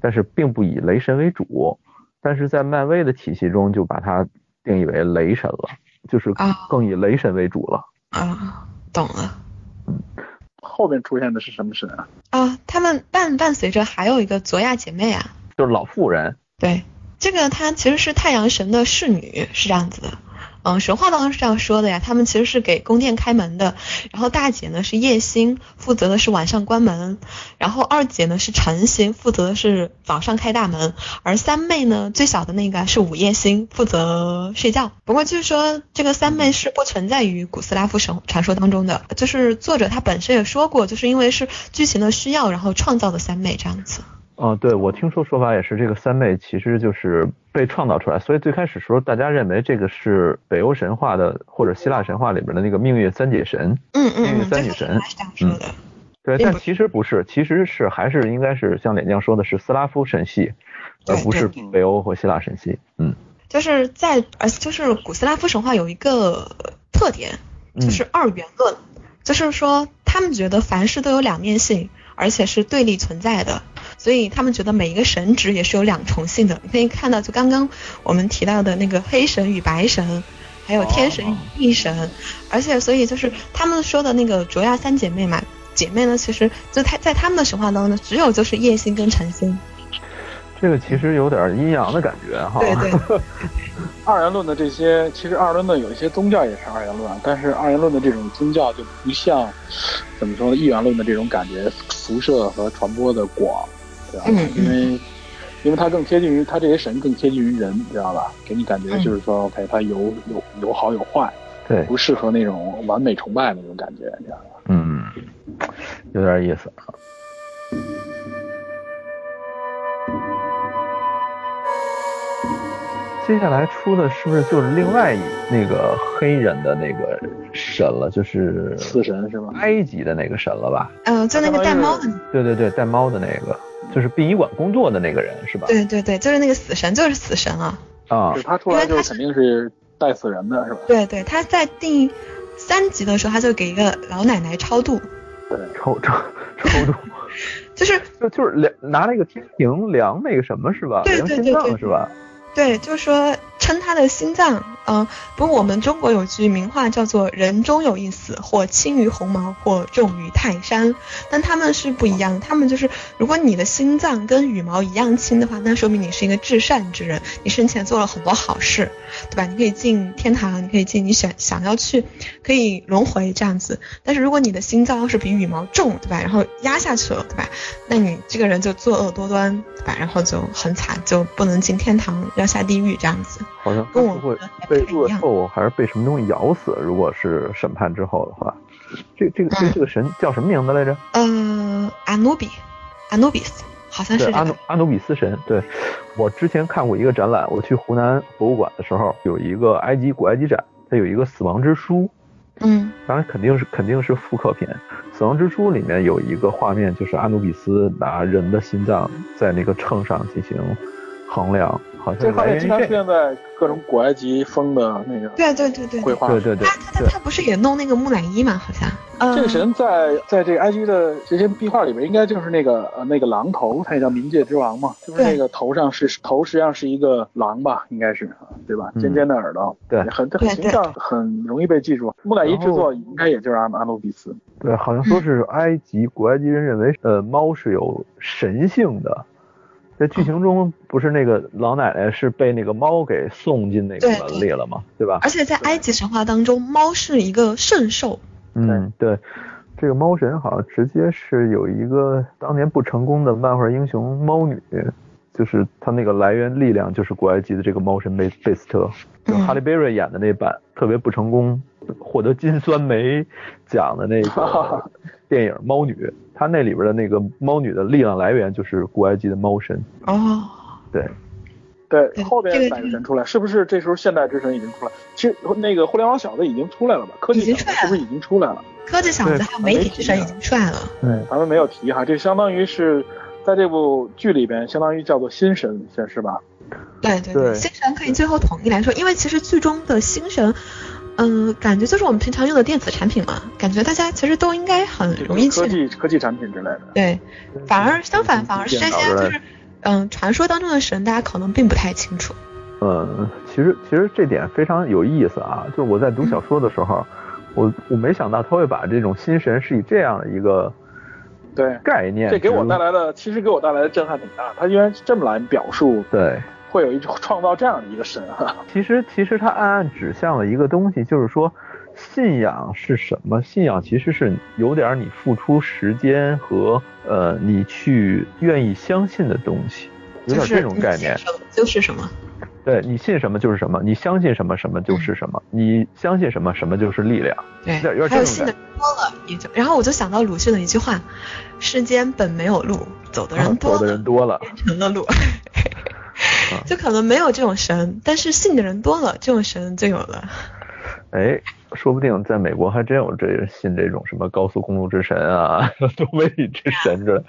Speaker 4: 但是并不以雷神为主。但是在漫威的体系中，就把它定义为雷神了，就是
Speaker 5: 啊
Speaker 4: 更以雷神为主了。
Speaker 5: 啊，懂了。
Speaker 2: 后面出现的是什么神啊？
Speaker 5: 啊，他们伴伴随着还有一个佐亚姐妹啊，
Speaker 4: 就是老妇人，
Speaker 5: 对，这个她其实是太阳神的侍女，是这样子的。嗯，神话当中是这样说的呀，他们其实是给宫殿开门的。然后大姐呢是夜星，负责的是晚上关门。然后二姐呢是晨星，负责的是早上开大门。而三妹呢，最小的那个是午夜星，负责睡觉。不过就是说，这个三妹是不存在于古斯拉夫神传说当中的，就是作者他本身也说过，就是因为是剧情的需要，然后创造的三妹这样子。
Speaker 4: 哦，对，我听说说法也是这个三妹其实就是被创造出来，所以最开始时候大家认为这个是北欧神话的或者希腊神话里边的那个命运三姐神。
Speaker 5: 嗯嗯
Speaker 4: 那个
Speaker 5: 嗯，
Speaker 4: 三
Speaker 5: 这
Speaker 4: 女
Speaker 5: 个
Speaker 4: 神嗯
Speaker 5: 是这样说的。
Speaker 4: 对，
Speaker 5: 并
Speaker 4: 但
Speaker 5: 哎不
Speaker 4: 其实不是，其实是还是应该是像脸酱说的是斯拉夫神系，而
Speaker 5: 对
Speaker 4: 不是
Speaker 2: 对
Speaker 4: 北欧或希腊神系。嗯
Speaker 5: 就是在而就是古斯拉夫神话有一个特点，
Speaker 4: 嗯
Speaker 5: 就是二元论，就是说他们觉得凡事都有两面性，而且是对立存在的，所以他们觉得每一个神职也是有两重性的。你可以看到，就刚刚我们提到的那个黑神与白神。还有天神与地神，而且所以就是他们说的那个卓亚三姐妹嘛，姐妹呢，其实就她在他们的神话当中，只有就是夜星跟晨星，
Speaker 4: 这个其实有点阴阳的感觉哈。
Speaker 5: 对对
Speaker 2: 二元论的这些，其实二元论的有一些宗教也是二元论，啊但是二元论的这种宗教就不像怎么说呢，一元论的这种感觉辐射和传播的广，对吧？
Speaker 5: 嗯
Speaker 2: 因为因为它更贴近于它这些神更贴近于人，知道吧？给你感觉就是说、o k 它有有有好有坏，
Speaker 4: 对，
Speaker 2: 不适合那种完美崇拜那种感觉，你知道吧？
Speaker 4: 嗯，有点意思。接下来出的是不是就是另外一那个黑人的那个神了？就是
Speaker 2: 死神是吗？
Speaker 4: 埃及的那个神了吧？
Speaker 5: 嗯、就那个带猫的那个
Speaker 4: 对对对，带猫的那个，就是殡仪馆工作的那个人是吧？
Speaker 5: 对对对，就是那个死神，就是死神啊。
Speaker 4: 啊
Speaker 2: 就是，他出来就是肯定是带死人的是吧？
Speaker 5: 对对，他在第三集的时候，他就给一个老奶奶超度，
Speaker 4: 抽抽抽中，
Speaker 5: 就是
Speaker 4: 就就是量拿了一个天平量那个什么是吧？
Speaker 5: 对
Speaker 4: 量
Speaker 5: 对
Speaker 4: 心
Speaker 5: 对
Speaker 4: 脏
Speaker 5: 对
Speaker 4: 是吧？
Speaker 5: 对，就是说称他的心脏，嗯、不过我们中国有句名话叫做“人终有一死，或轻于鸿毛，或重于泰山”，但他们是不一样，他们就是如果你的心脏跟羽毛一样轻的话，那说明你是一个至善之人，你生前做了很多好事，对吧？你可以进天堂，你可以进你想想要去，可以轮回这样子。但是如果你的心脏要是比羽毛重，对吧？然后压下去了，对吧？那你这个人就作恶多端，对吧？然后就很惨，就不能进天堂，要下地狱这样子，
Speaker 4: 好像
Speaker 5: 跟我
Speaker 4: 是会
Speaker 5: 们还不
Speaker 4: 被
Speaker 5: 太一
Speaker 4: 恶
Speaker 5: 样。
Speaker 4: 臭还是被什么东西咬死？如果是审判之后的话，这这个这
Speaker 5: 嗯
Speaker 4: 这个神叫什么名字来着？
Speaker 5: 呃，阿努比，阿努比斯，好像是
Speaker 4: 对，
Speaker 5: 这
Speaker 4: 阿努
Speaker 5: 个。
Speaker 4: 阿努比斯神。对，我之前看过一个展览，我去湖南博物馆的时候，有一个埃及古埃及展，它有一个死亡之书，
Speaker 5: 嗯
Speaker 4: 当然肯定是肯定是复刻品。死亡之书里面有一个画面，就是阿努比斯拿人的心脏在那个秤上进行衡量，好像
Speaker 2: 这画
Speaker 4: 来
Speaker 2: 面
Speaker 4: 源于
Speaker 2: 经常出
Speaker 4: 这个。
Speaker 2: 现在各种古埃及风的那个
Speaker 5: 对对对对
Speaker 2: 绘
Speaker 5: 对。
Speaker 2: 画
Speaker 4: 对对对
Speaker 5: 他他他不是也弄那个木乃伊吗？好像。呃
Speaker 2: 这个神在在这个埃及的这些壁画里边，应该就是那个呃那个狼头，它也叫冥界之王嘛，就是
Speaker 5: 对
Speaker 2: 那个头上是头实际上是一个狼吧，应该是啊对吧？
Speaker 4: 嗯
Speaker 2: 尖尖的耳朵，
Speaker 4: 对
Speaker 2: 很很形象，很容易被记住。木乃伊制作应该也就是阿阿努比斯，
Speaker 4: 对，好像说是埃及古埃及人认为，呃，猫是有神性的。在剧情中，不是那个老奶奶是被那个猫给送进那个
Speaker 5: 对
Speaker 4: 门里了吗？对吧？
Speaker 5: 而且在埃及神话当中，猫是一个圣兽，
Speaker 4: 嗯，对，这个猫神好像直接是有一个当年不成功的漫画英雄猫女，就是她那个来源力量就是古埃及的这个猫神贝贝斯特，就
Speaker 5: 嗯
Speaker 4: 哈利贝瑞演的那版特别不成功，获得金酸梅奖的那个 电影《猫女》，她那里边的那个猫女的力量来源就是古埃及的猫神，
Speaker 5: 哦，
Speaker 4: 对，
Speaker 2: 对
Speaker 5: 对，
Speaker 2: 后
Speaker 5: 这
Speaker 2: 边
Speaker 5: 个
Speaker 2: 哪个神出来？是不是这时候现代之神已经出来？其实那个互联网小子已经出来了吧？科技
Speaker 5: 已经
Speaker 2: 小子
Speaker 5: 出来
Speaker 2: 是
Speaker 5: 了
Speaker 2: 不是已经出来了？
Speaker 5: 科技小子
Speaker 4: 对
Speaker 5: 还有媒体之神已经出来了，
Speaker 4: 嗯，
Speaker 2: 咱们没有提哈，这相当于是在这部剧里边，相当于叫做新神，是吧？
Speaker 5: 对对
Speaker 4: 对
Speaker 5: 星神可以最后统一来说，因为其实剧中的星神，嗯、感觉就是我们平常用的电子产品嘛，感觉大家其实都应该很容易
Speaker 2: 科
Speaker 5: 去，
Speaker 2: 技科技产品之类的。
Speaker 5: 对，
Speaker 2: 嗯
Speaker 5: 反而相反，反而是这
Speaker 4: 电脑
Speaker 5: 些
Speaker 4: 之类
Speaker 5: 就
Speaker 4: 的
Speaker 5: 是，嗯、传说当中的神，大家可能并不太清楚，
Speaker 4: 嗯，其实其实这点非常有意思啊，就是我在读小说的时候，我我没想到他会把这种心神是以这样的一个
Speaker 2: 对，
Speaker 4: 概念植
Speaker 2: 这
Speaker 4: 入，
Speaker 2: 给我带来的其实给我带来的震撼挺大。他居然这么来表述，
Speaker 4: 对。
Speaker 2: 会有一种创造这样的一个神啊，
Speaker 4: 其实，其实它暗暗指向了一个东西，就是说，信仰是什么？信仰其实是有点你付出时间和呃，你去愿意相信的东西，有
Speaker 5: 就
Speaker 4: 点
Speaker 5: 是
Speaker 4: 这种
Speaker 5: 你
Speaker 4: 概
Speaker 5: 信
Speaker 4: 念。
Speaker 5: 什么就是什么，
Speaker 4: 对你信什么就是什么，你相信什么什么就是什么，你相信什么什么就是力量。
Speaker 5: 对，
Speaker 4: 有点有点
Speaker 5: 还有
Speaker 4: 这种
Speaker 5: 信的多了，也就然后我就想到鲁迅的一句话：“世间本没有路，走的人 多
Speaker 4: 走的
Speaker 5: 了
Speaker 4: 人多了，
Speaker 5: 变成了路。”就可能没有这种神，但是信的人多了，这种神就有了。
Speaker 4: 哎，说不定在美国还真有这信这种什么高速公路之神啊、 多媒体之神之类。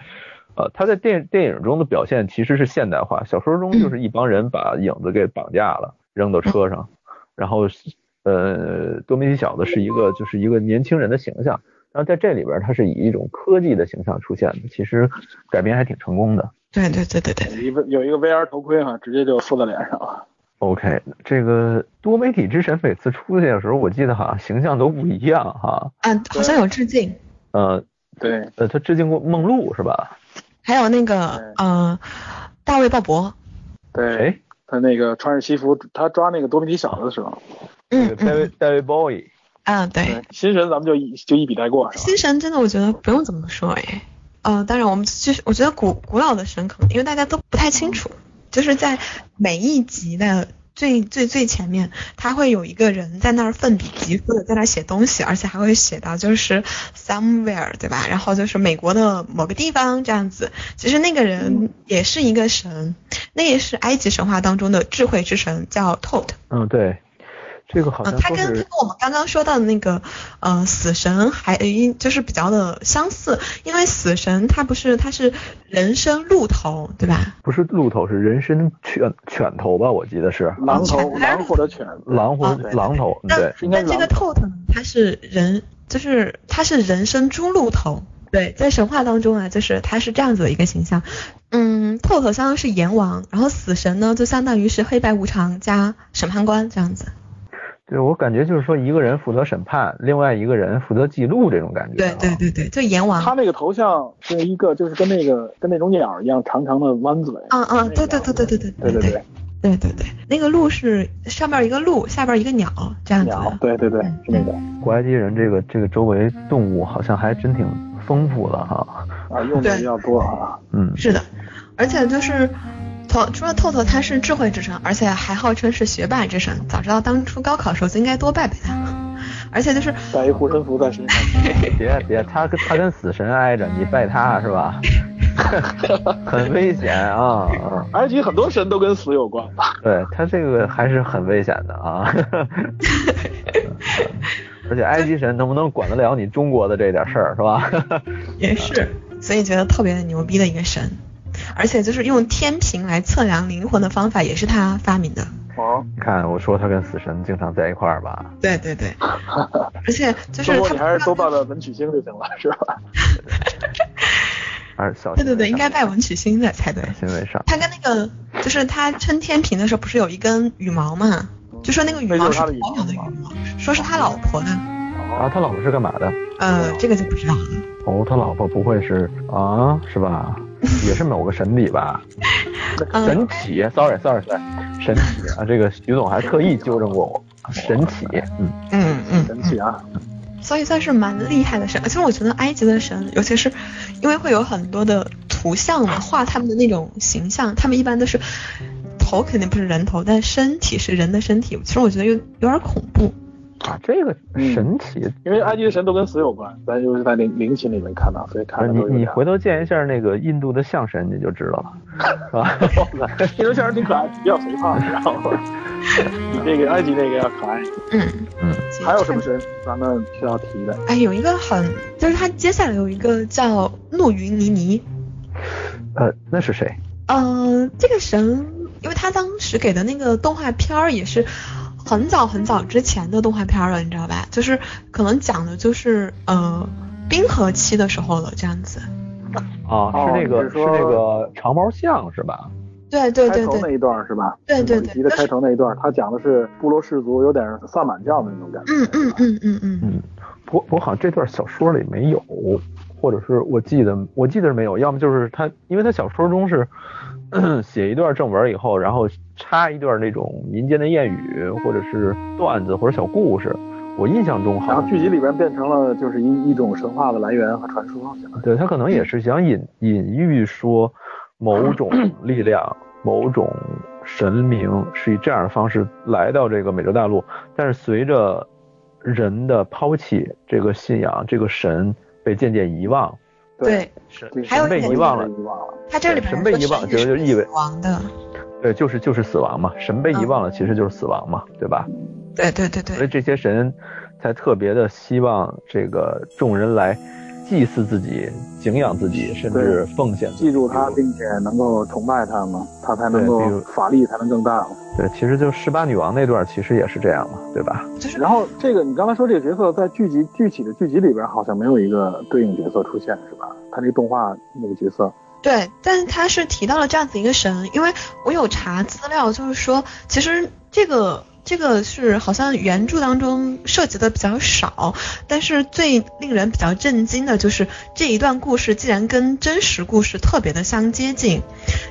Speaker 4: 啊，他在电电影中的表现其实是现代化，小说中就是一帮人把影子给绑架了，扔到车上， 然后是呃，多米蒂小子是一个就是一个年轻人的形象，然后在这里边他是以一种科技的形象出现的，其实改编还挺成功的。
Speaker 5: 对对对对对，
Speaker 2: 有一个有一个 VR 头盔哈、直接就附在脸上了。
Speaker 4: OK，这个多媒体之神每次出现的时候，我记得好像形象都不一样哈。
Speaker 5: 啊，好像有致敬，
Speaker 4: 呃
Speaker 2: 对，
Speaker 4: 呃，他致敬过梦露是吧？
Speaker 5: 还有那个呃，大卫鲍勃，
Speaker 2: 对，
Speaker 4: 谁？
Speaker 2: 他那个穿着西服，他抓那个多米尼小子的时候，
Speaker 4: 那
Speaker 5: 嗯
Speaker 4: 个戴维
Speaker 5: 嗯
Speaker 4: 戴维鲍伊。
Speaker 5: 啊，对
Speaker 2: 对，，新神咱们就一就一笔带过是吧？
Speaker 5: 新神真的我觉得不用怎么说哎，呃，当然我们就是我觉得古古老的神可能因为大家都不太清楚，就是在每一集的最最最前面，他会有一个人在那儿奋笔疾呼的在那儿写东西，而且还会写到就是 somewhere 对吧？然后就是美国的某个地方这样子。其实那个人也是一个神，那也是埃及神话当中的智慧之神，叫 Tot。
Speaker 4: 嗯，对，这个好
Speaker 5: 嗯，
Speaker 4: 像
Speaker 5: 它
Speaker 4: 说
Speaker 5: 跟
Speaker 4: 是
Speaker 5: 它跟我们刚刚说到的那个呃死神还因就是比较的相似，因为死神他不是他是人生路头对吧？
Speaker 4: 不是鹿头，是人参犬犬头吧？我记得是
Speaker 5: 嗯
Speaker 2: 狼头
Speaker 5: 犬
Speaker 2: 狼或者犬，
Speaker 4: 狼或
Speaker 5: 啊
Speaker 2: 嗯对
Speaker 4: 狼头。
Speaker 5: 那
Speaker 4: 对，
Speaker 2: 是应该
Speaker 5: 但
Speaker 2: 是
Speaker 5: 这个
Speaker 2: 狼头。
Speaker 5: tot 呢，它是人就是它是人生中路头，对，在神话当中啊，就是它是这样子的一个形象。嗯，tot 相当于是阎王，然后死神呢就相当于是黑白无常加审判官这样子。
Speaker 4: 对我感觉就是说一个人负责审判，另外一个人负责记录这种感觉。啊
Speaker 5: 对对。对对，就阎王
Speaker 2: 他。那个头像是一个，就是跟那个跟那种鸟一样长长的弯嘴。
Speaker 5: 嗯嗯，对对对对对
Speaker 2: 对
Speaker 5: 对
Speaker 2: 对
Speaker 5: 对。对对对，那个鹿是上面一个鹿，下边一个鸟这样子
Speaker 2: 鸟，
Speaker 5: 的。
Speaker 2: 对对对，
Speaker 5: 嗯
Speaker 2: 是那个
Speaker 4: 古埃及人这个这个周围动物好像还真挺丰富的哈。
Speaker 2: 啊，用的比较多啊。
Speaker 4: 嗯，
Speaker 5: 是的，而且就是。透除了透透，他是智慧之神，而且还号称是学霸之神。早知道当初高考时候就应该多拜拜他。 而 且就是
Speaker 2: 带一护身符在身上，
Speaker 4: 别别，他跟他跟死神挨着，你拜他是吧？ 很危险啊！啊
Speaker 2: 埃及很多神都跟死有关吧？
Speaker 4: 对他这个还是很危险的 啊。而且埃及神能不能管得了你中国的这点事儿是吧？
Speaker 5: 也是，所以觉得特别牛逼的一个神。而且就是用天平来测量灵魂的方法也是他发明的。
Speaker 2: 哦，
Speaker 4: 你看我说他跟死神经常在一块儿吧？
Speaker 5: 对 对对，而且就是
Speaker 2: 不过
Speaker 5: 他
Speaker 2: 你还是多拜拜文曲星就行了，是吧？
Speaker 4: 而小
Speaker 5: 对对对，应该拜文曲星的才对。
Speaker 4: 新为上，
Speaker 5: 他跟那个就是他撑天平的时候，不是有一根羽毛嘛？就说那个羽
Speaker 2: 那
Speaker 5: 毛
Speaker 2: 就是是他的
Speaker 5: 黄
Speaker 2: 羽毛
Speaker 5: 牛的羽毛，说是他老婆的，
Speaker 4: 然啊后他老婆是干嘛的？
Speaker 5: 呃，这个就不知道了。
Speaker 4: 哦，他老婆不会是啊，是吧？也是某个神体吧？神
Speaker 5: 嗯，
Speaker 4: 体，sorry sorry sorry，神体啊，这个徐总还特意纠正过我，神体，嗯，
Speaker 5: 嗯嗯，
Speaker 2: 神奇啊！
Speaker 5: 所以算是蛮厉害的神。其实我觉得埃及的神，尤其是因为会有很多的图像嘛，画他们的那种形象，他们一般都是头肯定不是人头，但身体是人的身体。其实我觉得有有点恐怖。
Speaker 4: 啊，这个
Speaker 5: 嗯
Speaker 4: 神体，
Speaker 2: 因为埃及的神都跟死有关，咱就是在灵灵琴里面看到，所以看的
Speaker 4: 你
Speaker 2: 都有
Speaker 4: 你
Speaker 2: 点。
Speaker 4: 回头见一下那个印度的象神，你就知道了，是吧？
Speaker 2: 印度象人挺可爱，比较肥胖，然后比这个埃及那个要可爱。
Speaker 5: 嗯
Speaker 4: 嗯，
Speaker 2: 还有什么神咱们需要提的？
Speaker 5: 哎，有一个很，就是他接下来有一个叫怒云尼尼，
Speaker 4: 呃，那是谁？
Speaker 5: 呃，这个神，因为他当时给的那个动画片儿也是很早很早之前的动画片儿了，你知道吧？就是可能讲的就是呃冰河期的时候了，这样子。
Speaker 4: 啊，
Speaker 2: 哦
Speaker 4: 是那个
Speaker 2: 你是
Speaker 4: 是
Speaker 2: 说
Speaker 4: 那个长毛象是吧？
Speaker 5: 对对
Speaker 2: 开
Speaker 5: 对
Speaker 2: 头
Speaker 5: 对
Speaker 2: 那，一段是吧？
Speaker 5: 对对对
Speaker 2: 某一集的开头那一段，他讲的是部落氏族有点萨满教的那种感觉。
Speaker 5: 嗯嗯嗯嗯嗯，
Speaker 4: 嗯，我我好像这段小说里没有，或者是我记得我记得是没有，要么就是他，因为他小说中是 咳写一段正文以后，然后插一段那种民间的谚语或者是段子或者小故事。我印象中好
Speaker 3: 然
Speaker 4: 像
Speaker 3: 后剧集里边变成了就是一一种神话的来源和传说，相当于
Speaker 4: 对他可能也是想隐隐喻说某种力量、某种神明是以这样的方式来到这个美洲大陆，但是随着人的抛弃，这个信仰、这个神被渐渐遗忘，
Speaker 5: 对，
Speaker 4: 神
Speaker 3: 对
Speaker 5: 还有
Speaker 4: 神被
Speaker 5: 一
Speaker 4: 遗
Speaker 5: 点
Speaker 4: 忘了，
Speaker 3: 遗忘了。
Speaker 5: 他这里边
Speaker 4: 神被遗忘
Speaker 5: 说
Speaker 4: 其实
Speaker 5: 神
Speaker 4: 就
Speaker 5: 也
Speaker 4: 意味
Speaker 5: 死亡的，
Speaker 4: 对，就是就是死亡嘛，神被遗忘了，其实就是死亡嘛，对吧？
Speaker 5: 对对对
Speaker 4: 所以
Speaker 5: 对，
Speaker 4: 这些神才特别的希望这个众人来祭祀自己、敬仰自己，甚至奉献自己
Speaker 3: 记住他，并且能够崇拜他嘛，他才能
Speaker 4: 对比
Speaker 3: 够
Speaker 4: 如
Speaker 3: 法力才能更大嘛。
Speaker 4: 对，其实就十八女王那段其实也是这样嘛，对吧？
Speaker 5: 就是
Speaker 3: 然后这个你刚才说这个角色在剧集具体的剧集里边好像没有一个对应角色出现是吧？他那动画那个角色，
Speaker 5: 对，但他是提到了这样子一个神，因为我有查资料，就是说其实这个。这个是好像原著当中涉及的比较少，但是最令人比较震惊的就是这一段故事竟然跟真实故事特别的相接近，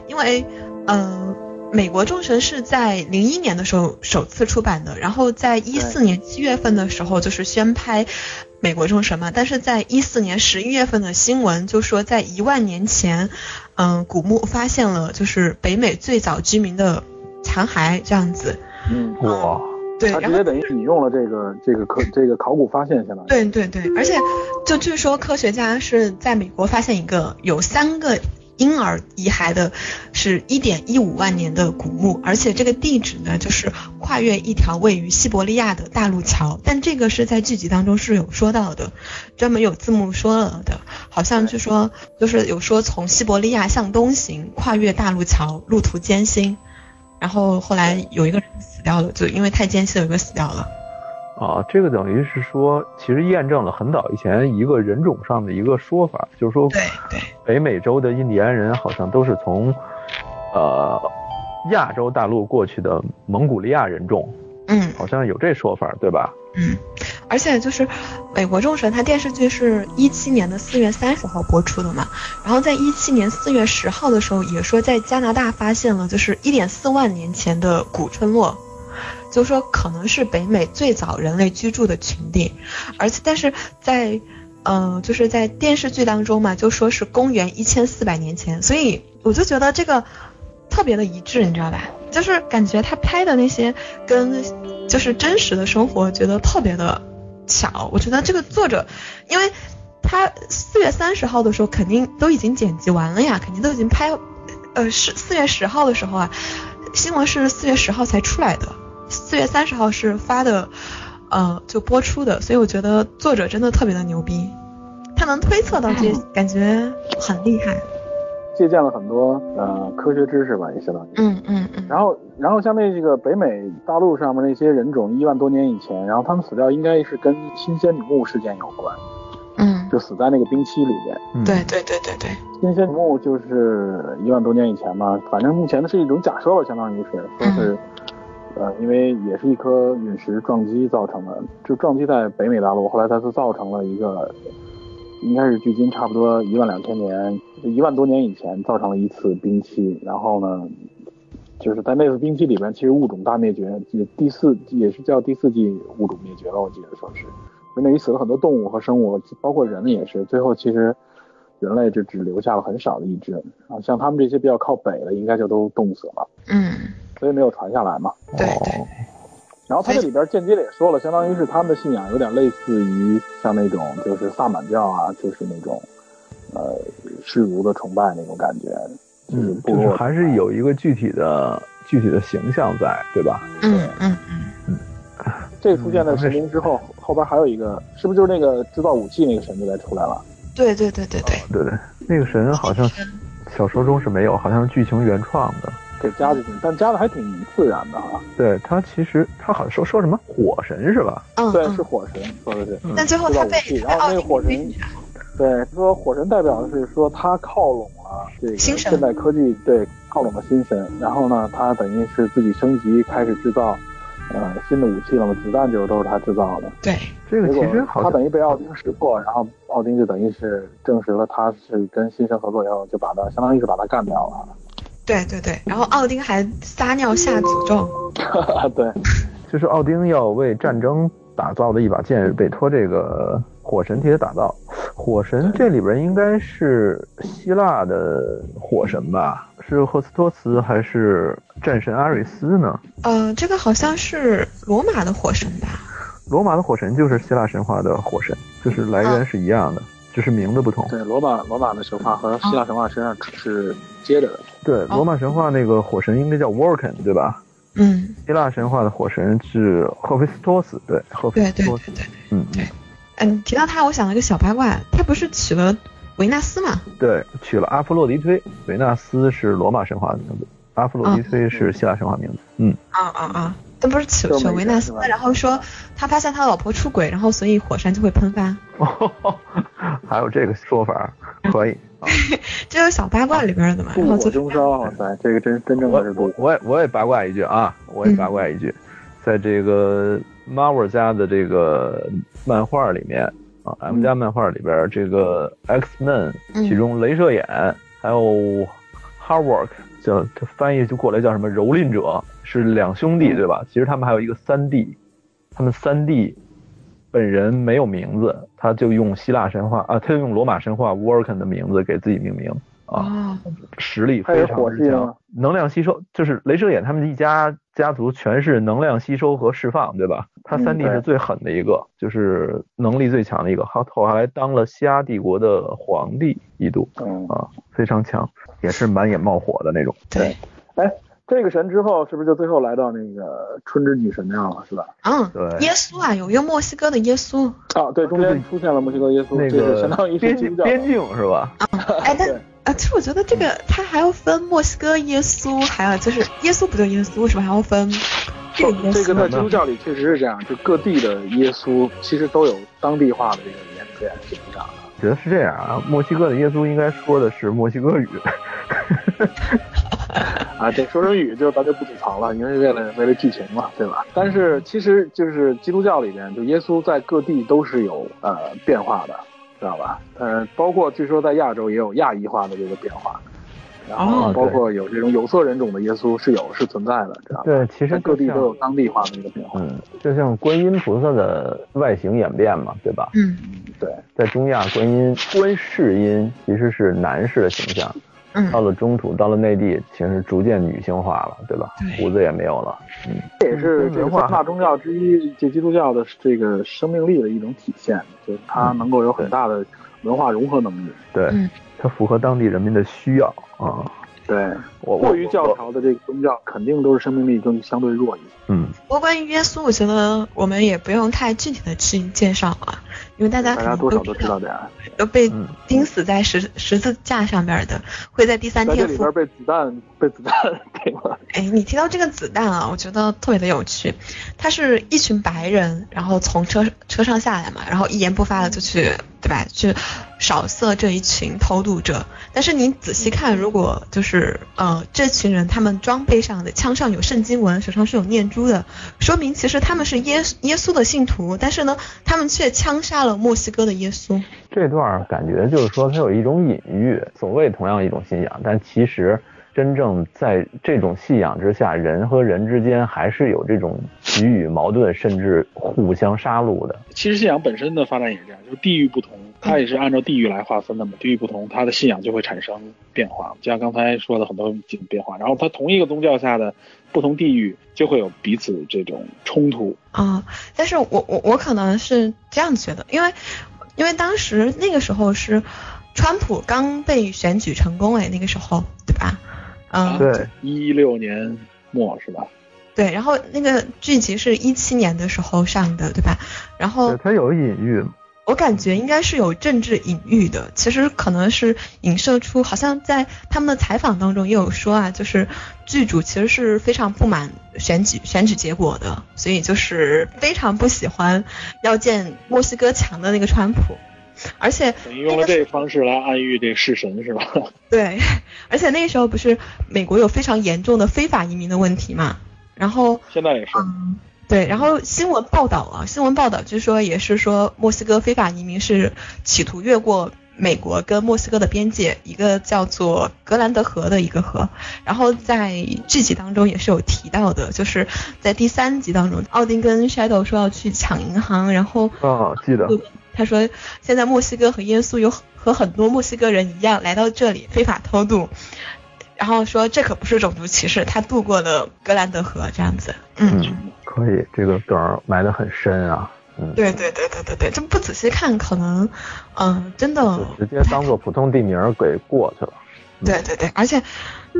Speaker 5: 因为，呃，美国众神是在零一年的时候首次出版的，然后在一四年七月份的时候就是宣拍美国众神嘛，但是在一四年十一月份的新闻就说在一万年前，嗯、古墓发现了就是北美最早居民的残骸这样子，
Speaker 3: 嗯，
Speaker 4: 哇，
Speaker 5: 对，
Speaker 3: 他
Speaker 5: 然
Speaker 3: 直接
Speaker 5: 后
Speaker 3: 等于引用了这个这个科这个考古发现相当于。
Speaker 5: 对对对，而且就据说科学家是在美国发现一个有三个婴儿遗骸的，是一点一五万年的古墓，而且这个地址呢就是跨越一条位于西伯利亚的大陆桥，但这个是在剧集当中是有说到的，专门有字幕说了的，好像据说就是有说从西伯利亚向东行，跨越大陆桥，路途艰辛。然后后来有一个人死掉了，就因为太艰辛，有一个死掉了。
Speaker 4: 啊，这个等于是说，其实验证了很早以前一个人种上的一个说法，就是说
Speaker 5: 对对
Speaker 4: 北美洲的印第安人好像都是从，呃，亚洲大陆过去的蒙古利亚人种，
Speaker 5: 嗯。
Speaker 4: 好像有这说法，对吧？
Speaker 5: 嗯，而且就是《美国众神》，它电视剧是一七年的四月三十号播出的嘛，然后在一七年四月十号的时候，也说在加拿大发现了就是一点四万年前的古村落，就说可能是北美最早人类居住的群地，而且但是在呃，就是在电视剧当中嘛，就说是公元一千四百年前，所以我就觉得这个特别的一致，你知道吧？就是感觉他拍的那些跟就是真实的生活，觉得特别的巧。我觉得这个作者，因为他四月三十号的时候肯定都已经剪辑完了呀，肯定都已经拍，呃，是四月十号的时候啊，新闻是四月十号才出来的，四月三十号是发的，呃，就播出的，所以我觉得作者真的特别的牛逼，他能推测到这，感觉很厉害。
Speaker 3: 借鉴了很多呃科学知识吧，也相当于。
Speaker 5: 嗯嗯嗯，
Speaker 3: 然后，然后像那个北美大陆上面那些人种，一万多年以前，然后他们死掉应该是跟新仙女墓事件有关，
Speaker 5: 嗯，
Speaker 3: 就死在那个冰期里面。
Speaker 4: 嗯、
Speaker 5: 对对对对对，
Speaker 3: 新仙女墓就是一万多年以前嘛，反正目前的是一种假设吧，相当于是说是，呃，因为也是一颗陨石撞击造成的，就撞击在北美大陆，后来它就造成了一个，应该是距今差不多一万两千年，一万多年以前造成了一次冰期，然后呢，就是在那次冰期里边，其实物种大灭绝，也第四也是叫第四季物种灭绝了，我记得说是，就那里死了很多动物和生物，包括人类也是。最后其实人类就只留下了很少的一只，啊，像他们这些比较靠北的，应该就都冻死了，
Speaker 5: 嗯，
Speaker 3: 所以没有传下来嘛。
Speaker 5: 对对。
Speaker 4: 哦
Speaker 3: 然后他这里边间接的也说了，相当于是他们的信仰有点类似于像那种就是萨满教啊，就是那种呃氏族的崇拜那种感觉，就是
Speaker 4: 嗯，
Speaker 3: 部
Speaker 4: 就是
Speaker 3: 落
Speaker 4: 还是有一个具体的具体的形象在，对吧？
Speaker 5: 嗯嗯
Speaker 3: 这出现在
Speaker 4: 嗯
Speaker 3: 神灵之后，后边还有一个，是不是就是那个制造武器那个神就该出来了？
Speaker 5: 对对对对对，
Speaker 4: 对对，那个神好像小说中是没有，好像是剧情原创的。
Speaker 3: 给加进去，但加的还挺自然的啊哈、
Speaker 4: 对他其实他好像说说什么火神是吧？
Speaker 5: 嗯
Speaker 3: 对，是
Speaker 5: 嗯，
Speaker 3: 火神，说的是。
Speaker 5: 但最后他被
Speaker 3: 制造武器
Speaker 5: 他被
Speaker 3: 然后
Speaker 5: 奥
Speaker 3: 那个
Speaker 5: 丁
Speaker 3: 火
Speaker 5: 给
Speaker 3: 神
Speaker 5: 晕了。
Speaker 3: 对，说火神代表的是说他靠拢了这个
Speaker 5: 新神
Speaker 3: 现代科技，对，靠拢了新神。然后呢，他等于是自己升级，开始制造
Speaker 2: 呃新的武器了嘛，子弹就是都是他制造的。
Speaker 5: 对，
Speaker 4: 这个
Speaker 2: 结
Speaker 4: 其
Speaker 2: 果
Speaker 4: 实好
Speaker 2: 他
Speaker 4: 像
Speaker 2: 等于被奥丁识破，然后奥丁就等于是证实了他是跟新生合作以后，就把他相当于是把他干掉
Speaker 5: 对对对，然后奥丁还撒尿下诅咒，
Speaker 2: 了。 对，
Speaker 4: 就是奥丁要为战争打造的一把剑，委托这个火神替他打造。火神这里边应该是希腊的火神吧？是赫斯托斯还是战神阿瑞斯呢？
Speaker 5: 呃，这个好像是罗马的火神吧？
Speaker 4: 罗马的火神就是希腊神话的火神，就是来源是一样的，只是名字不同。
Speaker 2: 啊对，罗马罗马的神话和希腊神话实际上是接着的。
Speaker 4: 对，罗马神话那个火神应该叫 Vulcan，对吧？
Speaker 5: 嗯，
Speaker 4: 希腊神话的火神是赫菲斯托斯，对，赫菲斯
Speaker 5: 对对对
Speaker 4: 托斯，
Speaker 5: 对对。
Speaker 4: 嗯，嗯
Speaker 5: 嗯，提到他，我想了一个小八卦，他不是娶了维纳斯吗？
Speaker 4: 对，娶了阿芙洛狄忒，维纳斯是罗马神话的名字，阿芙洛狄忒是希腊神话名字。嗯，
Speaker 5: 啊啊啊！他不是娶
Speaker 2: 就
Speaker 5: 娶了
Speaker 2: 没
Speaker 5: 维
Speaker 2: 事
Speaker 5: 纳
Speaker 2: 是
Speaker 5: 斯
Speaker 2: 吧，
Speaker 5: 然后说他发现他老婆出轨，然后所以火山就会喷发。
Speaker 4: 还有这个说法，可以。啊、
Speaker 5: 这有小八卦里边的嘛，
Speaker 2: 妒
Speaker 5: 然后
Speaker 2: 火
Speaker 5: 就
Speaker 2: 中烧，哇塞，这个真真正
Speaker 4: 我
Speaker 2: 的是妒
Speaker 4: 我。我也我也八卦一句啊，我也八卦一句，在这个 Marvel 家的这个漫画里面啊，M 家漫画里边，这个 X Men
Speaker 5: 嗯
Speaker 4: 其中镭射眼还有 Hard Work 叫这翻译就过来叫什么蹂躏者是两兄弟对吧？其实他们还有一个三弟，他们三弟本人没有名字，他就用希腊神话啊，他就用罗马神话 Worken 的名字给自己命名啊。
Speaker 5: 哦，
Speaker 4: 实力
Speaker 2: 他
Speaker 4: 非
Speaker 2: 有
Speaker 4: 常
Speaker 2: 火
Speaker 4: 之
Speaker 2: 系的
Speaker 4: 强
Speaker 2: 吗，
Speaker 4: 能量吸收就是镭射眼他们一家家族全是能量吸收和释放，对吧？他
Speaker 2: 嗯
Speaker 4: 三弟
Speaker 2: 对
Speaker 4: 是最狠的一个，就是能力最强的一个，他后来当了西亚帝国的皇帝一度
Speaker 2: 嗯，
Speaker 4: 啊，非常强，也是满眼冒火的那种。
Speaker 5: 对，
Speaker 2: 这个神之后是不是就最后来到那个春之女神那样了，是吧？
Speaker 5: 嗯
Speaker 4: 对，
Speaker 5: 耶稣啊，有一个墨西哥的耶 稣。
Speaker 2: 啊，对，中间出现了墨西哥耶稣，
Speaker 4: 那
Speaker 2: 这是
Speaker 4: 个
Speaker 2: 相当于是
Speaker 4: 边
Speaker 2: 基督
Speaker 4: 境
Speaker 2: 教
Speaker 4: 边境是吧？
Speaker 5: 哎，但
Speaker 2: 对
Speaker 5: 啊，其实我觉得这个他还要分墨西哥耶稣，还有就是耶稣不就耶稣，为什么还要分这个耶
Speaker 2: 哦这个
Speaker 5: 稣？
Speaker 2: 在基督教里确实是这样，就各地的耶稣其实都有当地化的这个语言语言形象的。
Speaker 4: 觉得是这样啊，墨西哥的耶稣应该说的是墨西哥语，
Speaker 2: 啊，这说成语就咱就不吐槽了，因为为了为了剧情嘛，对吧？但是其实就是基督教里边，就耶稣在各地都是有呃变化的，知道吧？呃，包括据说在亚洲也有亚裔化的这个变化，然后
Speaker 4: 哦
Speaker 2: 包括有这种有色人种的耶稣是有是存在的，知道吧？
Speaker 4: 对，其实
Speaker 2: 在各地
Speaker 4: 就像
Speaker 2: 都有当地化的一个变化。
Speaker 4: 嗯，就像观音菩萨的外形演变嘛，对吧？
Speaker 5: 嗯
Speaker 2: 对，
Speaker 4: 在中亚，观音观世音其实是男士的形象，
Speaker 5: 嗯
Speaker 4: 到了中土，到了内地，其实逐渐女性化了，对吧？
Speaker 5: 对
Speaker 4: 胡子也没有了。嗯
Speaker 2: 这也是这个
Speaker 4: 文化
Speaker 2: 三大宗教之一，这基督教的这个生命力的一种体现，就是它能够有很大的文化融合能力。
Speaker 4: 对，
Speaker 5: 嗯
Speaker 4: 它符合当地人民的需要啊、
Speaker 2: 对，
Speaker 4: 我我
Speaker 2: 过于教
Speaker 4: 我
Speaker 2: 条的这个宗教肯定都是生命力更相对弱一些。
Speaker 4: 嗯，
Speaker 5: 不过关于耶稣，我觉得我们也不用太具体的去介绍了，因为大家
Speaker 2: 大
Speaker 5: 可
Speaker 2: 家
Speaker 5: 能
Speaker 2: 多少
Speaker 5: 都
Speaker 2: 都知道点儿。
Speaker 5: 有被
Speaker 4: 嗯
Speaker 5: 钉死在十十字架上面的，会在第三
Speaker 2: 在这
Speaker 5: 天
Speaker 2: 里
Speaker 5: 复
Speaker 2: 边被子弹被子弹给了，
Speaker 5: 哎，你提到这个子弹啊，我觉得特别的有趣。他是一群白人，然后从车车上下来嘛，然后一言不发的就去，对吧？去扫射这一群偷渡者。但是你仔细看，如果就是呃，这群人他们装备上的枪上有圣经文，手上是有念珠的，说明其实他们是耶稣耶稣的信徒，但是呢，他们却枪杀了墨西哥的耶稣。
Speaker 4: 这段感觉就是说，它有一种隐喻，所谓同样一种信仰，但其实真正在这种信仰之下，人和人之间还是有这种给予矛盾，甚至互相杀戮的。
Speaker 2: 其实信仰本身的发展也是这样，就是地域不同，它也是按照地域来划分的嘛。地域不同，它的信仰就会产生变化，就像刚才说的很多变化。然后它同一个宗教下的不同地域就会有彼此这种冲突。
Speaker 5: 啊、但是我我我可能是这样觉得，因为因为当时那个时候是川普刚被选举成功哎，那个时候对吧？嗯，
Speaker 4: 对，
Speaker 2: 一六年末是吧？
Speaker 5: 对，然后那个剧集是一七年的时候上的对吧？然后
Speaker 4: 对，它有隐喻。
Speaker 5: 我感觉应该是有政治隐喻的，其实可能是影射出，好像在他们的采访当中也有说啊，就是剧组其实是非常不满选举选举结果的，所以就是非常不喜欢要建墨西哥墙的那个川普，而且
Speaker 2: 等于用了这个方式来暗喻这弑神是吧？
Speaker 5: 对，而且那个时候不是美国有非常严重的非法移民的问题嘛，然后
Speaker 2: 现在也是，
Speaker 5: 嗯，对，然后新闻报道啊，新闻报道据说也是说墨西哥非法移民是企图越过美国跟墨西哥的边界，一个叫做格兰德河的一个河。然后在这集当中也是有提到的，就是在第三集当中，奥丁跟 Shadow 说要去抢银行，然后
Speaker 4: 啊，记得
Speaker 5: 他说现在墨西哥和耶稣有和很多墨西哥人一样来到这里非法偷渡，然后说这可不是种族歧视，他渡过了格兰德河这样子，嗯
Speaker 4: 嗯，可以，这个梗儿埋得很深啊，嗯，
Speaker 5: 对对对对对对，这不仔细看可能，嗯、真的
Speaker 4: 就直接当做普通地名儿给过去了。
Speaker 5: 对对对，而且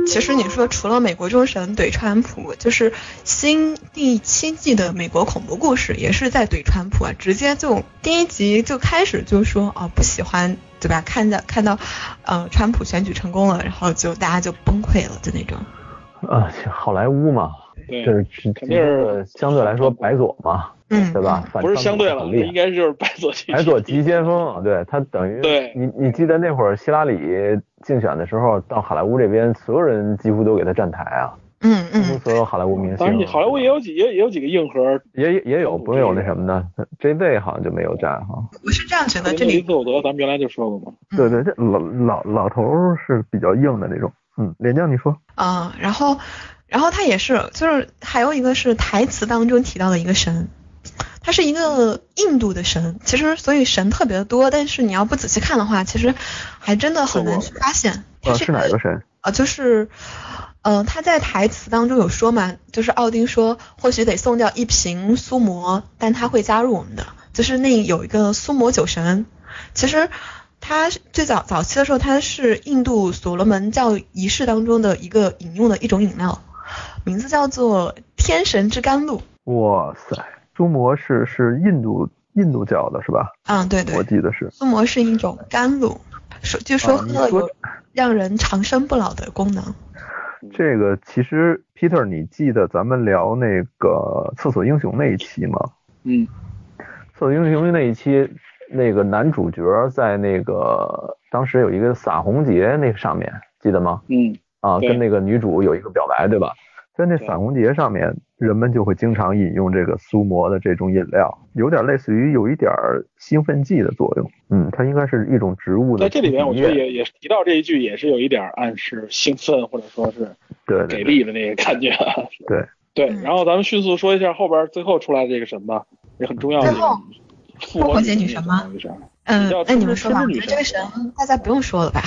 Speaker 5: 其实你说除了美国众神怼川普，就是新第七季的美国恐怖故事也是在怼川普啊，直接就第一集就开始就说哦不喜欢对吧？看到看到，呃，川普选举成功了，然后就大家就崩溃了，就那种。嗯
Speaker 4: 啊，好莱坞嘛，
Speaker 2: 对，
Speaker 4: 这嗯是
Speaker 2: 肯定是
Speaker 4: 相对来说白左嘛，
Speaker 5: 嗯，
Speaker 4: 对吧？反
Speaker 2: 不是相对了，
Speaker 4: 很厉
Speaker 2: 应
Speaker 4: 害。
Speaker 2: 该就是白左去
Speaker 4: 啊白左急先锋啊，对他等于
Speaker 2: 对
Speaker 4: 你你记得那会儿希拉里竞选的时候，到好莱坞这边，所有人几乎都给他站台啊，
Speaker 5: 嗯
Speaker 4: 几乎
Speaker 5: 嗯，
Speaker 4: 所有好莱坞明星。
Speaker 2: 当然，你好莱坞也有几也也有几个硬核，
Speaker 4: 也也有不会有那什么的，J Z 好像就没有站哈。
Speaker 5: 我是这样觉得，这
Speaker 2: 林
Speaker 5: 里
Speaker 2: 斯伍德，咱们原来就说过嘛。
Speaker 5: 嗯
Speaker 3: 对对，这老老老头儿是比较硬的那种。嗯，连江，你说
Speaker 5: 啊、然后，然后他也是，就是还有一个是台词当中提到的一个神，他是一个印度的神。其实，所以神特别的多，但是你要不仔细看的话，其实还真的很难去发现。
Speaker 3: 啊
Speaker 5: 他
Speaker 3: 是哪个神？
Speaker 5: 呃，就是，呃，他在台词当中有说嘛，就是奥丁说，或许得送掉一瓶苏魔，但他会加入我们的，就是那有一个苏魔酒神，其实。他最早早期的时候，它是印度所罗门教仪式当中的一个饮用的一种饮料，名字叫做天神之甘露。
Speaker 3: 哇塞，猪魔是是印度印度教的是吧？
Speaker 5: 嗯，对对
Speaker 3: 我，记得是。
Speaker 5: 苏魔是一种甘露，说据说
Speaker 3: 啊你
Speaker 5: 喝了
Speaker 3: 说
Speaker 5: 有让人长生不老的功能。
Speaker 3: 这个其实 Peter，你记得咱们聊那个厕所英雄那一期吗？
Speaker 2: 嗯，
Speaker 4: 《色影英雄》那一期，那个男主角在那个当时有一个撒红节那个上面，记得吗？
Speaker 2: 嗯，
Speaker 4: 啊，
Speaker 2: 对
Speaker 4: 跟那个女主有一个表白，对吧？
Speaker 3: 在那
Speaker 2: 对
Speaker 3: 散红节上面，人们就会经常饮用这个苏魔的这种饮料，有点类似于有一点儿兴奋剂的作用。嗯，它应该是一种植物的
Speaker 2: 在这里边，我觉得
Speaker 3: 体液
Speaker 2: 也也提到这一句，也是有一点暗示兴奋或者说是
Speaker 3: 对
Speaker 2: 给
Speaker 3: 对对
Speaker 2: 力的那个感觉。啊
Speaker 3: 对
Speaker 2: 对，
Speaker 5: 嗯
Speaker 2: 然后咱们迅速说一下后边最后出来的这个神吧，也很重要的
Speaker 5: 最后
Speaker 2: 复活女神嘛这个神
Speaker 5: 嗯
Speaker 2: 叫，
Speaker 5: 那你
Speaker 2: 天之
Speaker 5: 们说吧，我
Speaker 2: 女
Speaker 5: 觉得
Speaker 2: 神
Speaker 5: 这个神大家不用说了吧？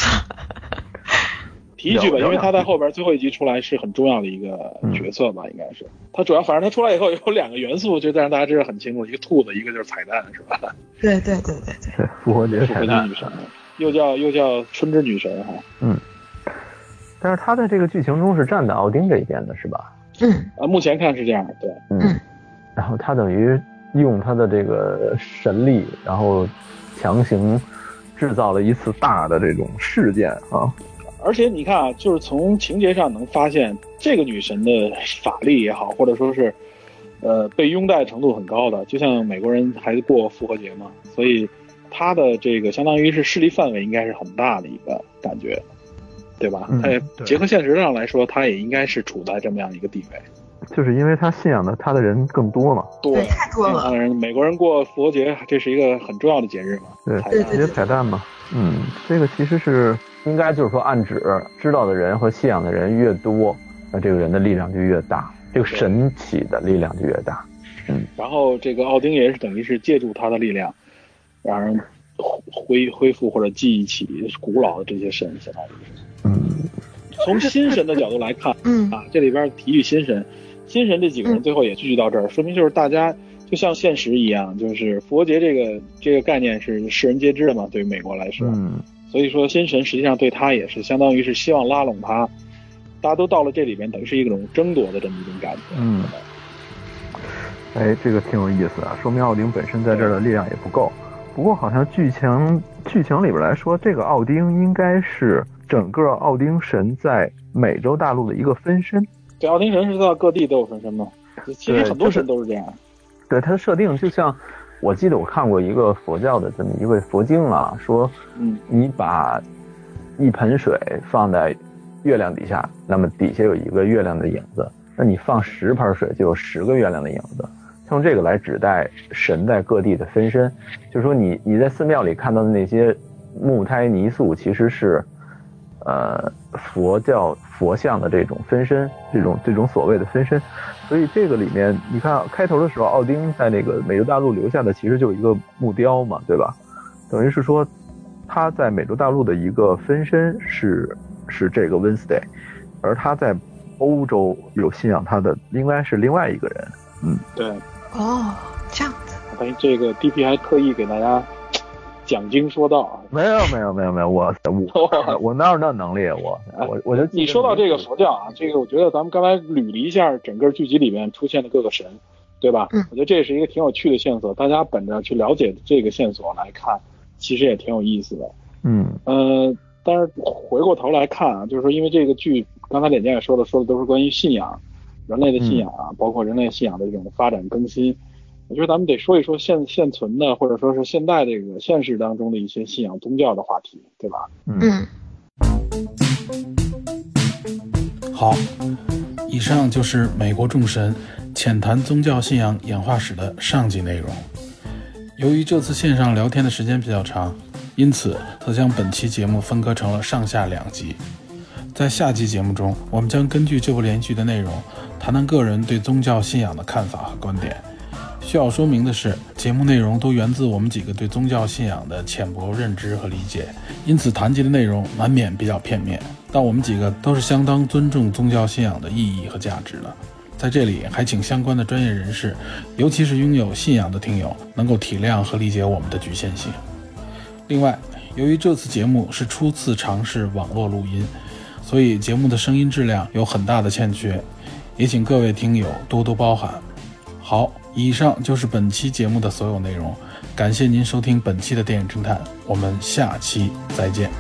Speaker 2: 提一句吧，
Speaker 3: 有有
Speaker 2: 因为他在后边最后一集出来是很重要的一个
Speaker 3: 嗯
Speaker 2: 角色吧，应该是他主要，反正他出来以后有两个元素，就让大家知道很清楚，一个兔子，一个就是彩蛋，是吧？
Speaker 5: 对对对对对，
Speaker 3: 对，复活节
Speaker 2: 复
Speaker 3: 彩
Speaker 2: 活
Speaker 3: 蛋
Speaker 2: 节。女神，又叫又叫春之女神哈。
Speaker 4: 但是他在这个剧情中是站在奥丁这一边的，是吧？
Speaker 5: 嗯
Speaker 2: 啊，目前看是这样，对，
Speaker 5: 嗯，
Speaker 4: 然后他等于用他的这个神力，然后强行
Speaker 3: 制造了一次大的这种事件啊，
Speaker 2: 而且你看啊，就是从情节上能发现，这个女神的法力也好，或者说是，呃，被拥戴程度很高的，就像美国人还过复活节嘛，所以她的这个相当于是势力范围应该是很大的一个感觉，对吧？
Speaker 3: 嗯
Speaker 2: 她也
Speaker 3: 对
Speaker 2: 结合现实上来说，她也应该是处在这么样一个地位。
Speaker 3: 就是因为他信仰的他的人更多嘛。
Speaker 5: 对，太多了。
Speaker 2: 当然美国人过复活节，这是一个很重要的节日嘛。
Speaker 3: 对，
Speaker 2: 彩
Speaker 3: 复
Speaker 2: 蛋
Speaker 3: 活节彩蛋嘛。嗯，这个其实是
Speaker 4: 应该就是说暗指知道的人和信仰的人越多，那这个人的力量就越大，这个神起的力量就越大。
Speaker 2: 然后这个奥丁也是等于是借助他的力量，让人恢恢复或者记忆起古老的这些神，相当于是。
Speaker 3: 嗯
Speaker 2: 从新神的角度来看
Speaker 5: 嗯
Speaker 2: 啊，这里边提育新神，新神这几个人最后也聚集到这儿，说明就是大家就像现实一样，就是复活节这个这个概念是世人皆知的嘛，对于美国来说，
Speaker 3: 嗯，
Speaker 2: 所以说新神实际上对他也是相当于是希望拉拢他，大家都到了这里边，等于是一种争夺的这么一种感觉。
Speaker 3: 嗯，哎，这个挺有意思啊，说明奥丁本身在这儿的力量也不够。不过好像剧情剧情里边来说，这个奥丁应该是整个奥丁神在美洲大陆的一个分身。
Speaker 2: 对，奥丁神是到各地都有分身嘛，其实很多神都是这样。
Speaker 4: 对它的设定，就像我记得我看过一个佛教的这么一个佛经啊，说
Speaker 2: 嗯，
Speaker 4: 你把一盆水放在月亮底下，那么底下有一个月亮的影子；那你放十盆水，就有十个月亮的影子。用这个来指代神在各地的分身。就是说你，你在寺庙里看到的那些木胎泥塑，其实是呃佛教佛像的这种分身，这种这种所谓的分身。所以这个里面，你看开头的时候，奥丁在那个美洲大陆留下的其实就是一个木雕嘛，对吧？等于是说他在美洲大陆的一个分身是是这个 Wednesday，而他在欧洲有信仰他的应该是另外一个人。嗯，
Speaker 2: 对，
Speaker 5: 哦，这样子，
Speaker 2: 我发现这个 DP 还特意给大家讲经说道啊。
Speaker 4: 没有没有没有没有，我 我我哪有那能力？啊我我我就记
Speaker 2: 你
Speaker 4: 着
Speaker 2: 说到
Speaker 4: 没
Speaker 2: 这个
Speaker 4: 数
Speaker 2: 佛教啊，这个我觉得咱们刚才捋了一下整个剧集里面出现的各个神，对吧？
Speaker 5: 嗯
Speaker 2: 我觉得这是一个挺有趣的线索，大家本着去了解这个线索来看，其实也挺有意思的。
Speaker 4: 嗯
Speaker 2: 呃，但是回过头来看啊，就是说，因为这个剧，刚才脸健也说了，说的都是关于信仰，人类的信仰啊，包括人类信仰的这种发展更新。我觉得咱们得说一说现现存的，或者说是现代这个现实当中的一些信仰宗教的话题，对吧？
Speaker 4: 嗯
Speaker 5: 嗯
Speaker 6: 好，以上就是美国众神浅谈宗教信仰演化史的上集内容。由于这次线上聊天的时间比较长，因此则将本期节目分割成了上下两集。在下期节目中，我们将根据这部连续剧的内容，谈谈个人对宗教信仰的看法和观点。需要说明的是，节目内容都源自我们几个对宗教信仰的浅薄认知和理解，因此谈及的内容难免比较片面。但我们几个都是相当尊重宗教信仰的意义和价值的。在这里，还请相关的专业人士，尤其是拥有信仰的听友，能够体谅和理解我们的局限性。另外，由于这次节目是初次尝试网络录音，所以节目的声音质量有很大的欠缺，也请各位听友多多包涵。好，以上就是本期节目的所有内容，感谢您收听本期的电影侦探，我们下期再见。